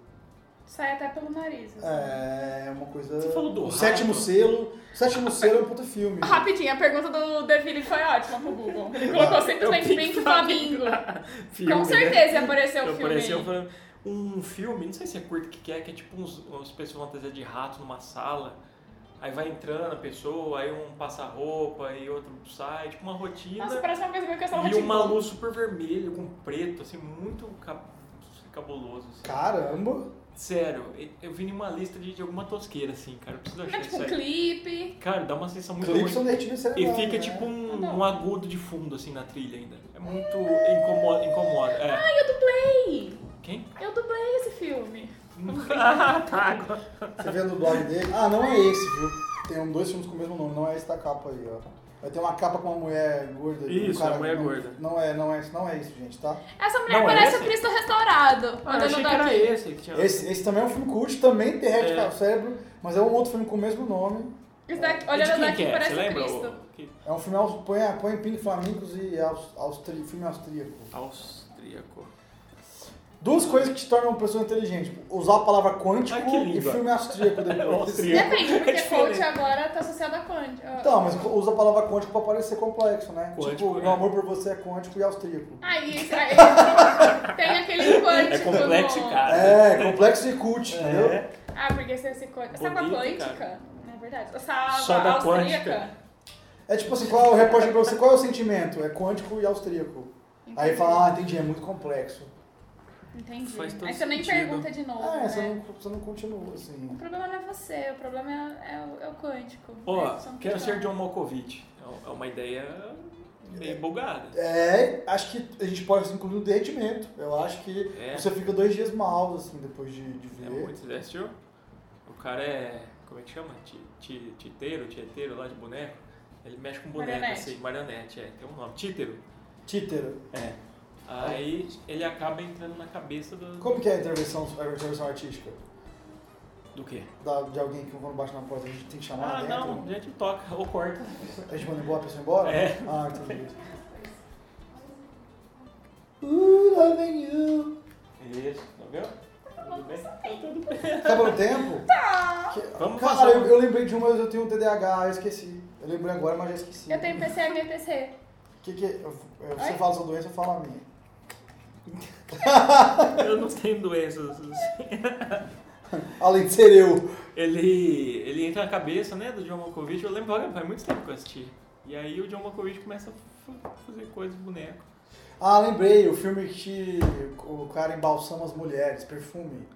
[SPEAKER 1] Sai até pelo nariz. assim.
[SPEAKER 3] É uma coisa.
[SPEAKER 2] Você falou do
[SPEAKER 3] o
[SPEAKER 2] rato?
[SPEAKER 3] sétimo selo. O sétimo selo é um puta filme.
[SPEAKER 1] Rapidinho, a pergunta do The Philip foi ótima pro Google. Ele colocou simplesmente
[SPEAKER 2] Ah, Eu-
[SPEAKER 1] Pink Flamingo.
[SPEAKER 2] Filme,
[SPEAKER 1] Com
[SPEAKER 2] né?
[SPEAKER 1] certeza ia aparecer o
[SPEAKER 2] Eu
[SPEAKER 1] filme.
[SPEAKER 2] apareceu
[SPEAKER 1] aí.
[SPEAKER 2] falando- um filme, não sei se é curto que que é, que é tipo uns, umas pessoas fantasiadas de rato numa sala. Aí vai entrando a pessoa, aí um passa roupa e outro sai, tipo uma rotina.
[SPEAKER 1] Nossa, é parece uma coisa meio que eu tipo, sou
[SPEAKER 2] e uma luz super vermelha com preto, assim, muito cab- cabuloso. assim.
[SPEAKER 3] Caramba!
[SPEAKER 2] Sério, eu- eu vi numa lista de, de alguma tosqueira, assim, cara. Eu preciso achar
[SPEAKER 1] É tipo
[SPEAKER 2] isso
[SPEAKER 1] um
[SPEAKER 2] aí.
[SPEAKER 1] clipe.
[SPEAKER 2] Cara, dá uma sensação muito
[SPEAKER 3] Clipson
[SPEAKER 2] ruim.
[SPEAKER 3] derretido cerebral.
[SPEAKER 2] E fica
[SPEAKER 3] né?
[SPEAKER 2] tipo um,
[SPEAKER 1] Não.
[SPEAKER 2] um agudo de fundo, assim, na trilha ainda. É muito incomoda. incomoda. É.
[SPEAKER 1] Ai, eu dublei!
[SPEAKER 2] Quem?
[SPEAKER 1] Eu dublei esse filme.
[SPEAKER 2] ah, tá, agora.
[SPEAKER 3] Você vê no blog dele. Ah, não é esse, viu? Tem um, dois filmes com o mesmo nome, não é esse da capa aí, ó. Vai ter uma capa com uma mulher gorda. e
[SPEAKER 2] Isso,
[SPEAKER 3] um cara
[SPEAKER 2] uma mulher
[SPEAKER 3] não-
[SPEAKER 2] gorda.
[SPEAKER 3] Não é, não é, isso, não é isso, gente, tá?
[SPEAKER 1] Essa mulher
[SPEAKER 2] Não, é
[SPEAKER 1] parece
[SPEAKER 2] esse?
[SPEAKER 1] o Cristo restaurado.
[SPEAKER 2] Ah, eu
[SPEAKER 1] andando
[SPEAKER 2] achei que era
[SPEAKER 1] daqui.
[SPEAKER 2] esse que tinha.
[SPEAKER 3] Esse, esse também é um filme cult, também derrete
[SPEAKER 2] É.
[SPEAKER 3] cara, o cérebro, mas é um outro filme com o mesmo nome.
[SPEAKER 1] Isso daqui,
[SPEAKER 2] E de
[SPEAKER 1] olhando
[SPEAKER 2] quem
[SPEAKER 1] daqui,
[SPEAKER 2] que é?
[SPEAKER 1] parece
[SPEAKER 2] Você
[SPEAKER 1] o
[SPEAKER 2] lembra?
[SPEAKER 1] Cristo.
[SPEAKER 2] O- que-
[SPEAKER 3] É um filme, aus- põe, põe Pink Flamingos e aus- austri, filme austríaco.
[SPEAKER 2] Austríaco.
[SPEAKER 3] Duas coisas que te tornam uma pessoa inteligente. tipo, Usar a palavra quântico
[SPEAKER 2] Ai, que
[SPEAKER 3] e
[SPEAKER 2] língua.
[SPEAKER 3] filme austríaco depois.
[SPEAKER 2] Austríaco.
[SPEAKER 1] Depende, porque
[SPEAKER 2] É diferente.
[SPEAKER 1] coach agora tá associado a Conde.
[SPEAKER 3] Então, mas usa a palavra quântico pra parecer complexo, né?
[SPEAKER 2] Quântico,
[SPEAKER 3] tipo,
[SPEAKER 2] é.
[SPEAKER 3] meu amor por você é quântico e austríaco.
[SPEAKER 1] Aí, isso aí tem aquele quântico.
[SPEAKER 2] É complexo,
[SPEAKER 1] no-
[SPEAKER 2] cara.
[SPEAKER 3] É, complexo e cult, entendeu?
[SPEAKER 2] É.
[SPEAKER 1] Ah, porque você se conta. Essa água
[SPEAKER 2] Bonito,
[SPEAKER 1] quântica?
[SPEAKER 2] cara.
[SPEAKER 1] É verdade. Essa água
[SPEAKER 2] Só da
[SPEAKER 1] austríaca.
[SPEAKER 2] quântica.
[SPEAKER 3] É tipo assim, qual é o repórter pra você? Qual é o sentimento? É quântico e austríaco. Aí fala, ah, entendi, é muito complexo.
[SPEAKER 1] Entendi.
[SPEAKER 2] Faz todo
[SPEAKER 1] Aí você nem
[SPEAKER 2] sentido.
[SPEAKER 1] pergunta de novo.
[SPEAKER 3] Ah, é,
[SPEAKER 1] né?
[SPEAKER 3] você não, você não continua,
[SPEAKER 1] O
[SPEAKER 3] assim.
[SPEAKER 1] problema não é você, o problema é, é o, é o quântico.
[SPEAKER 2] Ó,
[SPEAKER 1] É, são
[SPEAKER 2] quero ser
[SPEAKER 1] questões.
[SPEAKER 2] John Malkovich. É um- É uma ideia meio bugada.
[SPEAKER 3] É, acho que a gente pode incluir o derretimento. Eu acho que
[SPEAKER 2] É.
[SPEAKER 3] você fica dois dias mal, assim, depois de, de
[SPEAKER 2] É
[SPEAKER 3] ver.
[SPEAKER 2] muito, você já assistiu? O cara é. Como é que chama? Ti- ti- Titeiro, tieteiro lá de boneco. Ele mexe com boneco,
[SPEAKER 1] Marionete.
[SPEAKER 2] assim, marionete, é, tem um nome. Títero.
[SPEAKER 3] Títero.
[SPEAKER 2] É. Aí ele acaba entrando na cabeça do.
[SPEAKER 3] Como que é a intervenção, a intervenção artística?
[SPEAKER 2] Do quê?
[SPEAKER 3] Da- de alguém que quando bate na porta a gente tem que chamar
[SPEAKER 2] Ah,
[SPEAKER 3] lá
[SPEAKER 2] não, a
[SPEAKER 3] dentro?
[SPEAKER 2] gente toca ou corta.
[SPEAKER 3] A gente manda embora a pessoa embora?
[SPEAKER 2] É.
[SPEAKER 3] Ah, entendi. Uh, lá vem eu.
[SPEAKER 2] Isso, tá vendo? Tudo bem? Tudo bem.
[SPEAKER 3] Acabou o tempo?
[SPEAKER 1] Tá.
[SPEAKER 2] Vamos
[SPEAKER 3] Cara,
[SPEAKER 2] fazer
[SPEAKER 3] eu,
[SPEAKER 2] um-
[SPEAKER 3] eu lembrei de uma, mas eu tenho um TDAH, eu esqueci. Eu lembrei agora, mas já
[SPEAKER 2] um-
[SPEAKER 3] esqueci.
[SPEAKER 1] Eu tenho PCA e TC.
[SPEAKER 3] Que que, é? eu- eu- você
[SPEAKER 1] Oi?
[SPEAKER 3] fala sua doença, eu falo a minha.
[SPEAKER 2] Eu não tenho doenças.
[SPEAKER 3] Além de ser eu.
[SPEAKER 2] Ele, ele entra na cabeça, né, do John Malkovich. Eu lembro, olha, faz muito tempo que eu assisti. E aí o John Malkovich começa a f- fazer coisas, boneco.
[SPEAKER 3] Ah, lembrei, o filme que o cara embalsama as mulheres, perfume.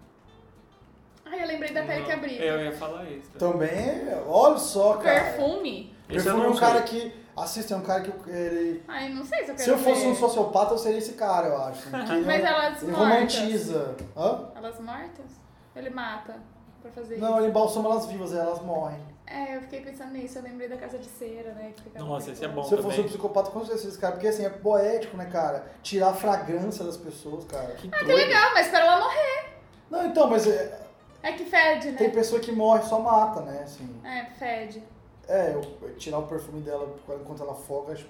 [SPEAKER 1] Ai, eu lembrei da pele que abri.
[SPEAKER 2] É, eu ia falar isso.
[SPEAKER 3] Então, Também, é, olha só, cara.
[SPEAKER 1] Perfume?
[SPEAKER 2] Esse eu
[SPEAKER 3] Perfume é
[SPEAKER 2] não
[SPEAKER 3] um
[SPEAKER 2] sei.
[SPEAKER 3] cara que. Assista, é um cara que ele.
[SPEAKER 1] Ai, não sei se eu quero
[SPEAKER 3] Se eu fosse
[SPEAKER 1] ver.
[SPEAKER 3] um sociopata, eu seria esse cara, eu acho. Que
[SPEAKER 1] Mas é
[SPEAKER 3] ele,
[SPEAKER 1] elas
[SPEAKER 3] ele
[SPEAKER 1] mortas.
[SPEAKER 3] romantiza. Hã?
[SPEAKER 1] Elas mortas? Ele mata. pra fazer
[SPEAKER 3] Não,
[SPEAKER 1] isso.
[SPEAKER 3] ele embalsama elas vivas, elas morrem.
[SPEAKER 1] É, eu fiquei pensando nisso, eu lembrei da casa de cera, né? que ficava
[SPEAKER 2] Nossa,
[SPEAKER 1] muito-
[SPEAKER 2] esse é bom.
[SPEAKER 3] Se eu fosse
[SPEAKER 2] também.
[SPEAKER 3] um psicopata, com certeza, esse cara. Porque assim, é poético, né, cara? Tirar a fragrância das pessoas, cara.
[SPEAKER 2] Que
[SPEAKER 1] Ah, que legal, mas pra ela morrer.
[SPEAKER 3] Não, então, mas é,
[SPEAKER 1] É que fede, né?
[SPEAKER 3] tem pessoa que morre, só mata, né? Assim,
[SPEAKER 1] É, fede.
[SPEAKER 3] é, eu, eu tirar o perfume dela enquanto ela foga, acho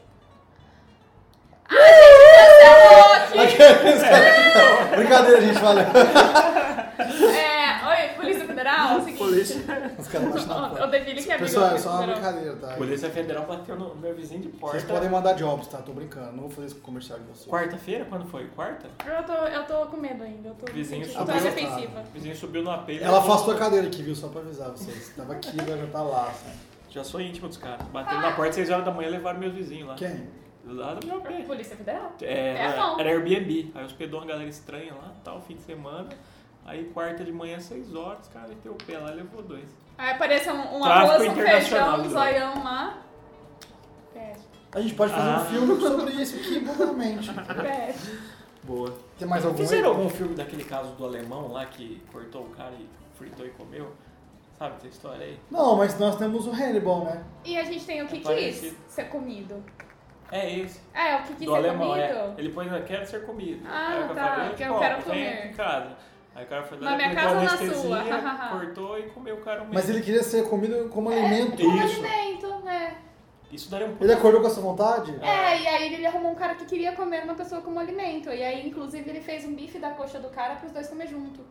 [SPEAKER 1] Ah, é
[SPEAKER 2] É,
[SPEAKER 3] Brincadeira, gente, valeu.
[SPEAKER 1] É, oi, Polícia Federal, é o seguinte.
[SPEAKER 2] Polícia,
[SPEAKER 3] Os caras baixam na
[SPEAKER 1] O
[SPEAKER 3] porta.
[SPEAKER 1] Deville que é amigo
[SPEAKER 3] Pessoal,
[SPEAKER 1] da
[SPEAKER 3] é só uma
[SPEAKER 1] Polícia Federal.
[SPEAKER 3] brincadeira, tá?
[SPEAKER 2] Polícia Federal bateu no meu vizinho de
[SPEAKER 3] Vocês
[SPEAKER 2] porta.
[SPEAKER 3] podem mandar jobs, tá? Tô brincando, não vou fazer isso com o comercial de vocês.
[SPEAKER 2] Quarta-feira? Quando foi? Quarta?
[SPEAKER 1] Eu tô, eu tô com medo ainda, eu tô,
[SPEAKER 2] Vizinho tá
[SPEAKER 1] eu tô
[SPEAKER 2] sobre-
[SPEAKER 1] defensiva.
[SPEAKER 2] O vizinho subiu no apelo.
[SPEAKER 3] Ela afastou a cadeira aqui, viu? Só pra avisar vocês. Tava aqui, agora já tá lá. sabe?
[SPEAKER 2] Já sou íntimo dos caras. Bateram na porta 6 horas da manhã e levaram meus vizinhos lá.
[SPEAKER 3] Quem?
[SPEAKER 2] Lá do meu pé.
[SPEAKER 1] Polícia Federal?
[SPEAKER 2] É,
[SPEAKER 1] É a fama.
[SPEAKER 2] era Airbnb. Aí hospedou uma galera estranha lá, tal, fim de semana. Aí quarta de manhã, 6 horas, os caras meteu o pé lá e levou dois.
[SPEAKER 1] Aí aparece um, um
[SPEAKER 2] Tráfico
[SPEAKER 1] arroz, um
[SPEAKER 2] internacional,
[SPEAKER 1] feijão, um
[SPEAKER 2] né?
[SPEAKER 1] zoião lá. Fede,
[SPEAKER 3] A gente pode fazer
[SPEAKER 2] Ah.
[SPEAKER 3] um filme sobre isso aqui, provavelmente.
[SPEAKER 1] fede.
[SPEAKER 2] Boa.
[SPEAKER 3] Tem mais algum? aí?
[SPEAKER 2] Fizeram algum filme daquele caso do alemão lá que cortou o cara e fritou e comeu? Sabe essa história aí?
[SPEAKER 3] Não, mas nós temos o Hannibal, né?
[SPEAKER 1] E a gente tem o que
[SPEAKER 2] É
[SPEAKER 1] quis
[SPEAKER 2] parecido.
[SPEAKER 1] ser comido.
[SPEAKER 2] É esse.
[SPEAKER 1] É, o que quis
[SPEAKER 2] do
[SPEAKER 1] ser
[SPEAKER 2] alemão,
[SPEAKER 1] comido.
[SPEAKER 2] é. Ele põe, eu quero ser comido.
[SPEAKER 1] Ah,
[SPEAKER 2] aí o cara
[SPEAKER 1] tá,
[SPEAKER 2] fala, "Vem,
[SPEAKER 1] que eu
[SPEAKER 2] pô,
[SPEAKER 1] quero
[SPEAKER 2] vem
[SPEAKER 1] comer."
[SPEAKER 2] Em casa. Aí o cara foi lá,
[SPEAKER 1] Na minha
[SPEAKER 2] aplicou
[SPEAKER 1] casa ou na
[SPEAKER 2] anestesia,
[SPEAKER 1] sua?
[SPEAKER 2] cortou e comeu o cara mesmo.
[SPEAKER 3] Mas ele queria ser comido como alimento.
[SPEAKER 1] Como
[SPEAKER 2] Isso.
[SPEAKER 1] alimento, né?
[SPEAKER 2] Isso daria um pouco.
[SPEAKER 3] Ele acordou com essa vontade?
[SPEAKER 1] É, e aí ele arrumou um cara que queria comer uma pessoa como alimento. E aí, inclusive, ele fez um bife da coxa do cara pros dois comer junto.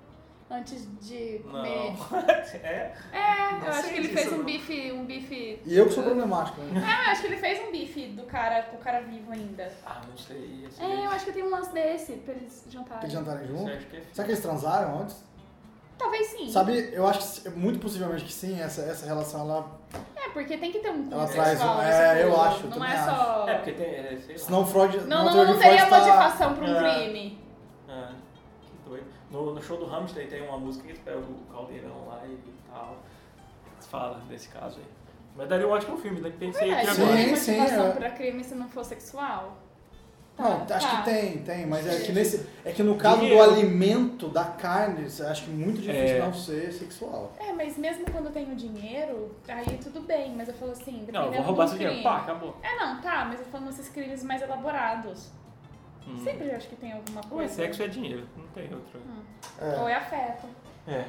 [SPEAKER 1] Antes de
[SPEAKER 2] Não.
[SPEAKER 1] comer.
[SPEAKER 2] é.
[SPEAKER 1] É,
[SPEAKER 2] Não
[SPEAKER 1] eu acho
[SPEAKER 2] sei
[SPEAKER 1] que ele
[SPEAKER 2] disso,
[SPEAKER 1] fez um
[SPEAKER 2] não.
[SPEAKER 1] bife. Um bife.
[SPEAKER 3] E eu que sou problemático, né?
[SPEAKER 1] Ah, eu acho que ele fez um bife do cara com o cara vivo ainda.
[SPEAKER 2] Ah, não sei. esse
[SPEAKER 1] É, eu
[SPEAKER 2] jeito.
[SPEAKER 1] acho que tem um lance desse pra eles
[SPEAKER 3] Tem
[SPEAKER 1] jantarem.
[SPEAKER 3] que jantarem
[SPEAKER 2] Você
[SPEAKER 3] junto.
[SPEAKER 2] acha que é
[SPEAKER 3] Será que eles transaram antes?
[SPEAKER 1] Talvez sim.
[SPEAKER 3] Sabe, eu acho que muito possivelmente que sim, essa, essa relação ela.
[SPEAKER 1] É, porque tem que ter um
[SPEAKER 3] Ela
[SPEAKER 1] cunho
[SPEAKER 3] traz
[SPEAKER 1] sexual
[SPEAKER 3] um-
[SPEAKER 1] nessa
[SPEAKER 3] é, eu
[SPEAKER 1] coisa.
[SPEAKER 3] acho, eu
[SPEAKER 1] Não
[SPEAKER 3] também
[SPEAKER 1] é só.
[SPEAKER 2] É, porque tem. É, sei lá.
[SPEAKER 3] Senão o Freud.
[SPEAKER 1] Não, não, não
[SPEAKER 3] teoria de
[SPEAKER 1] teria
[SPEAKER 3] Freud tá-
[SPEAKER 1] motivação pra um
[SPEAKER 2] É.
[SPEAKER 1] crime.
[SPEAKER 2] Ah, que doido. No, no show do Rammstein tem uma música que eles pegam o caldeirão lá e tal. Eles falam desse caso aí. Mas daria um ótimo filme, né? Pensei aqui
[SPEAKER 1] Verdade,
[SPEAKER 3] sim,
[SPEAKER 1] não
[SPEAKER 2] agora.
[SPEAKER 1] tem
[SPEAKER 3] sim,
[SPEAKER 1] motivação
[SPEAKER 3] é.
[SPEAKER 1] pra crime se não for sexual.
[SPEAKER 3] Não,
[SPEAKER 1] Tá,
[SPEAKER 3] acho
[SPEAKER 1] tá.
[SPEAKER 3] que tem, tem, mas é que nesse. É que no caso do alimento, da carne, você acho que muito difícil
[SPEAKER 2] É.
[SPEAKER 3] não ser sexual.
[SPEAKER 1] É, mas mesmo quando eu tenho dinheiro, aí tudo bem. Mas eu falo assim,
[SPEAKER 2] Não, eu
[SPEAKER 1] dependendo
[SPEAKER 2] vou roubar
[SPEAKER 1] do
[SPEAKER 2] seu dinheiro.
[SPEAKER 1] crime.
[SPEAKER 2] Pá, acabou.
[SPEAKER 1] É, não, tá, mas eu falo nesses crimes mais elaborados.
[SPEAKER 2] Hum.
[SPEAKER 1] Sempre eu acho que tem alguma
[SPEAKER 2] Ou é
[SPEAKER 1] coisa.
[SPEAKER 2] sexo ou é dinheiro. Não tem outro.
[SPEAKER 3] É.
[SPEAKER 1] Ou é afeto.
[SPEAKER 2] É.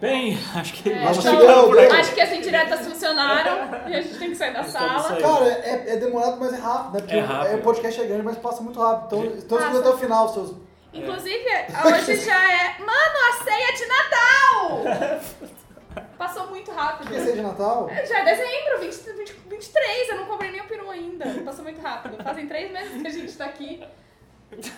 [SPEAKER 2] Bem, acho que.
[SPEAKER 1] É,
[SPEAKER 3] Mas
[SPEAKER 1] então,
[SPEAKER 3] você
[SPEAKER 2] um
[SPEAKER 3] deu, deu.
[SPEAKER 1] Acho que as indiretas funcionaram e a gente tem que sair da
[SPEAKER 2] Então, isso
[SPEAKER 1] sala.
[SPEAKER 2] aí.
[SPEAKER 3] Cara, é, é demorado, mas é rápido, né? Porque
[SPEAKER 2] É rápido.
[SPEAKER 3] o- o podcast é grande, mas passa muito rápido. Então, então
[SPEAKER 1] Passa.
[SPEAKER 3] escuta até o final, seus.
[SPEAKER 2] é.
[SPEAKER 1] Inclusive, hoje já é. Mano, a ceia de Natal! Passou muito rápido.
[SPEAKER 3] Esquecer de Natal?
[SPEAKER 1] Já é dezembro, 20, 20, 23, eu não comprei nem o peru ainda. Passou muito rápido. Fazem três meses que a gente tá aqui.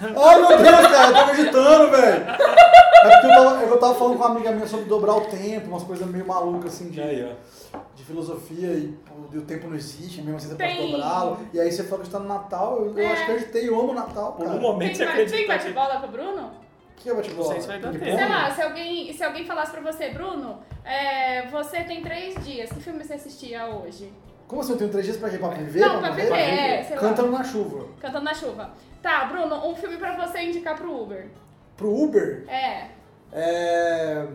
[SPEAKER 3] Ai meu Deus, cara, eu tô acreditando, velho. É porque eu tava, eu tava falando com uma amiga minha sobre dobrar o tempo, umas coisas meio malucas assim de.
[SPEAKER 2] Aí, ó.
[SPEAKER 3] de filosofia e pô, e o tempo não existe, mesmo assim você pode
[SPEAKER 1] Tem.
[SPEAKER 3] dobrá-lo. E aí você fala que está no Natal, eu, eu
[SPEAKER 1] É.
[SPEAKER 3] acho que eu acreditei, eu amo o Natal,
[SPEAKER 2] Por um
[SPEAKER 3] cara.
[SPEAKER 1] Tem,
[SPEAKER 2] momento você
[SPEAKER 1] ba- tem
[SPEAKER 2] acredita que.
[SPEAKER 1] bate-bola pro Bruno?
[SPEAKER 3] O que é bate-bola?
[SPEAKER 2] Não sei se vai dar
[SPEAKER 3] Ping-pong?
[SPEAKER 2] tempo.
[SPEAKER 1] Sei lá, se alguém, se alguém falasse pra você, Bruno, é, você tem três dias, que filme você assistia hoje?
[SPEAKER 3] Como assim, eu tenho três dias pra quê? Pra viver?
[SPEAKER 1] Não, pra viver,
[SPEAKER 2] viver.
[SPEAKER 1] é, sei lá.
[SPEAKER 3] Cantando na chuva.
[SPEAKER 1] Cantando na chuva. Tá, Bruno, um filme pra você indicar pro Uber.
[SPEAKER 3] Pro Uber,
[SPEAKER 1] É.
[SPEAKER 3] é...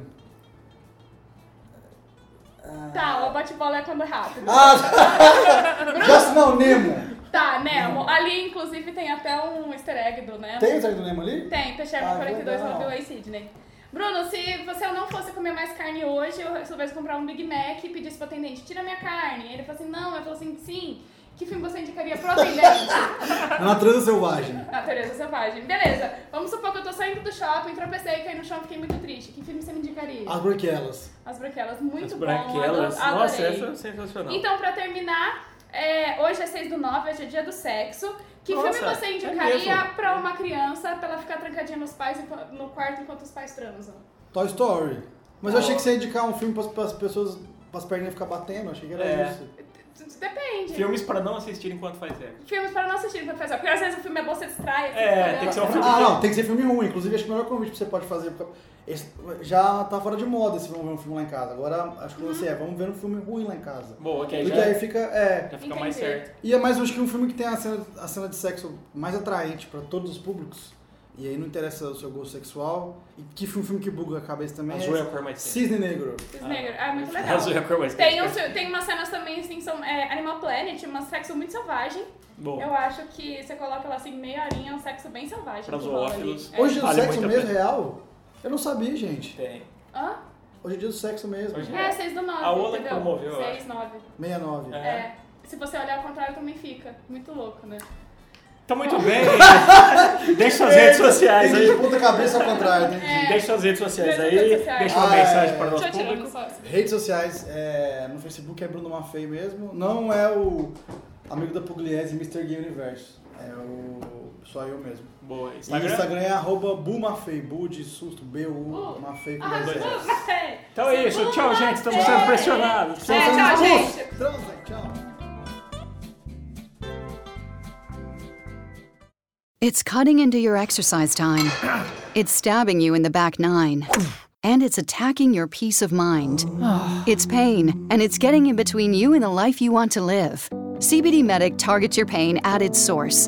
[SPEAKER 1] Tá, o bate-bola é quando é rápido.
[SPEAKER 3] Ah, já assinou o Nemo.
[SPEAKER 1] Tá, Nemo. Ali, inclusive, tem até um easter egg do Nemo.
[SPEAKER 3] Tem o tag do Nemo ali?
[SPEAKER 1] Tem, Peixerman
[SPEAKER 3] Ah,
[SPEAKER 1] 42
[SPEAKER 3] legal.
[SPEAKER 1] Robbie Way Sidney. Bruno, se você não fosse comer mais carne hoje, eu soubesse comprar um Big Mac e pedisse pro atendente, tira minha carne. Ele falou assim, não. Eu falou assim, sim. Que filme você indicaria pro atendente?
[SPEAKER 3] Na transa selvagem.
[SPEAKER 1] Na Tereza Selvagem. Beleza, vamos supor que eu tô saindo do shopping, tropecei, caí no chão, fiquei muito triste. Que filme você me indicaria?
[SPEAKER 3] As branquelas.
[SPEAKER 1] As Branquelas, muito
[SPEAKER 2] As
[SPEAKER 1] bom.
[SPEAKER 2] branquelas.
[SPEAKER 1] ado-
[SPEAKER 2] Nossa,
[SPEAKER 1] adorei.
[SPEAKER 2] essa é sensacional.
[SPEAKER 1] Então, pra terminar, é, hoje é 6 do 9, hoje é dia do sexo. Que
[SPEAKER 2] Nossa,
[SPEAKER 1] filme você
[SPEAKER 2] é
[SPEAKER 1] indicaria
[SPEAKER 2] mesmo?
[SPEAKER 1] pra uma criança pra ela ficar trancadinha nos pais, enqu- no quarto enquanto os pais transam?
[SPEAKER 3] Toy Story. Mas eu
[SPEAKER 2] Ah.
[SPEAKER 3] achei que você ia indicar um filme pras, pras pessoas, pras perninhas ficar batendo, achei que era
[SPEAKER 2] É.
[SPEAKER 3] isso.
[SPEAKER 1] Depende.
[SPEAKER 2] Filmes pra não assistir enquanto faz sexo.
[SPEAKER 1] Filmes para não assistir enquanto faz sexo, porque às vezes o filme é bom, você distrai. assim, você
[SPEAKER 2] É,
[SPEAKER 1] fica
[SPEAKER 2] tem que ser um
[SPEAKER 1] olhando.
[SPEAKER 2] filme
[SPEAKER 3] Ah, não, tem que ser filme ruim. Inclusive, acho que é o melhor convite que você pode fazer. porque esse- já tá fora de moda esse vamos ver um filme lá em casa. Agora, acho que você é, vamos ver um filme ruim lá em casa.
[SPEAKER 2] Boa, que aí
[SPEAKER 3] Porque
[SPEAKER 2] já,
[SPEAKER 3] aí fica. É.
[SPEAKER 2] já fica mais
[SPEAKER 1] Entendi.
[SPEAKER 2] certo.
[SPEAKER 3] E é mais, acho que um filme que tem a cena, a cena de sexo mais atraente pra todos os públicos E aí não interessa o seu gosto sexual. E que foi um filme que buga a cabeça também
[SPEAKER 2] Azul é
[SPEAKER 3] é
[SPEAKER 2] a cor mais quente.
[SPEAKER 3] Cisne Negro.
[SPEAKER 1] Cisne Negro. Ah, é muito legal.
[SPEAKER 2] Azul é a cor mais
[SPEAKER 1] Tem,
[SPEAKER 2] quente.
[SPEAKER 1] um- tem umas cenas também, assim, que são é, Animal Planet, umas sexo muito selvagem.
[SPEAKER 2] Bom,
[SPEAKER 1] um- Eu acho que você coloca lá, assim, meia horinha, é um sexo bem selvagem.
[SPEAKER 2] Pra
[SPEAKER 1] que rola ali.
[SPEAKER 2] zoófilos.
[SPEAKER 1] É.
[SPEAKER 3] Hoje o
[SPEAKER 2] Vale
[SPEAKER 3] sexo
[SPEAKER 2] muito a
[SPEAKER 3] mesmo
[SPEAKER 2] pena.
[SPEAKER 3] real? Eu não sabia, gente.
[SPEAKER 2] tem.
[SPEAKER 1] Hã?
[SPEAKER 3] Hoje em dia é o sexo mesmo.
[SPEAKER 2] Hoje
[SPEAKER 1] É, 6 do 9,
[SPEAKER 2] A Ola que
[SPEAKER 1] entendeu?
[SPEAKER 2] promoveu, eu
[SPEAKER 1] 6, 9.
[SPEAKER 3] 69.
[SPEAKER 2] É.
[SPEAKER 1] É. Se você olhar ao contrário, também fica. Muito louco, né?
[SPEAKER 2] Então, muito bem. Deixa suas redes sociais
[SPEAKER 3] Tem gente
[SPEAKER 2] aí.
[SPEAKER 3] de ponta cabeça ao contrário, né?
[SPEAKER 1] É.
[SPEAKER 2] Deixa suas redes sociais
[SPEAKER 1] Deixa
[SPEAKER 2] aí.
[SPEAKER 1] as redes sociais.
[SPEAKER 2] Deixa uma
[SPEAKER 3] Ah, é.
[SPEAKER 2] mensagem para o
[SPEAKER 1] Deixa
[SPEAKER 2] nosso
[SPEAKER 1] eu tirar
[SPEAKER 2] público.
[SPEAKER 1] no sócio.
[SPEAKER 3] Redes sociais, é, no Facebook é Bruno Maffei mesmo. Não é o amigo da Pugliese Mr. Gay Universo. É o. Só eu mesmo.
[SPEAKER 1] um
[SPEAKER 2] Boa.
[SPEAKER 3] E o
[SPEAKER 2] Instagram.
[SPEAKER 3] Instagram é arroba Bumafei, Bu de susto, B-U,
[SPEAKER 1] Bu.
[SPEAKER 3] Mafei com
[SPEAKER 1] Ah,
[SPEAKER 3] dois
[SPEAKER 2] Deus.
[SPEAKER 3] S.
[SPEAKER 1] tudo bem.
[SPEAKER 2] Então é isso. Tchau, gente. Estamos sendo pressionados.
[SPEAKER 1] É, tchau,
[SPEAKER 3] um
[SPEAKER 1] gente.
[SPEAKER 3] Transa, Então, tchau.
[SPEAKER 5] It's cutting into your exercise time. It's stabbing you in the back nine. And it's attacking your peace of mind. It's pain, and it's getting in between you and the life you want to live. CBD Medic targets your pain at its source.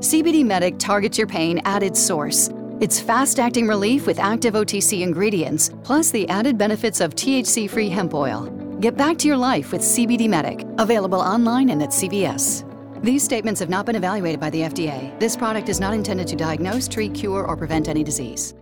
[SPEAKER 5] CBD Medic targets your pain at its source. It's fast acting relief with active OTC ingredients, plus the added benefits of THC free hemp oil. Get back to your life with CBD Medic, available online and at CVS. These statements have not been evaluated by the FDA. This product is not intended to diagnose, treat, cure, or prevent any disease.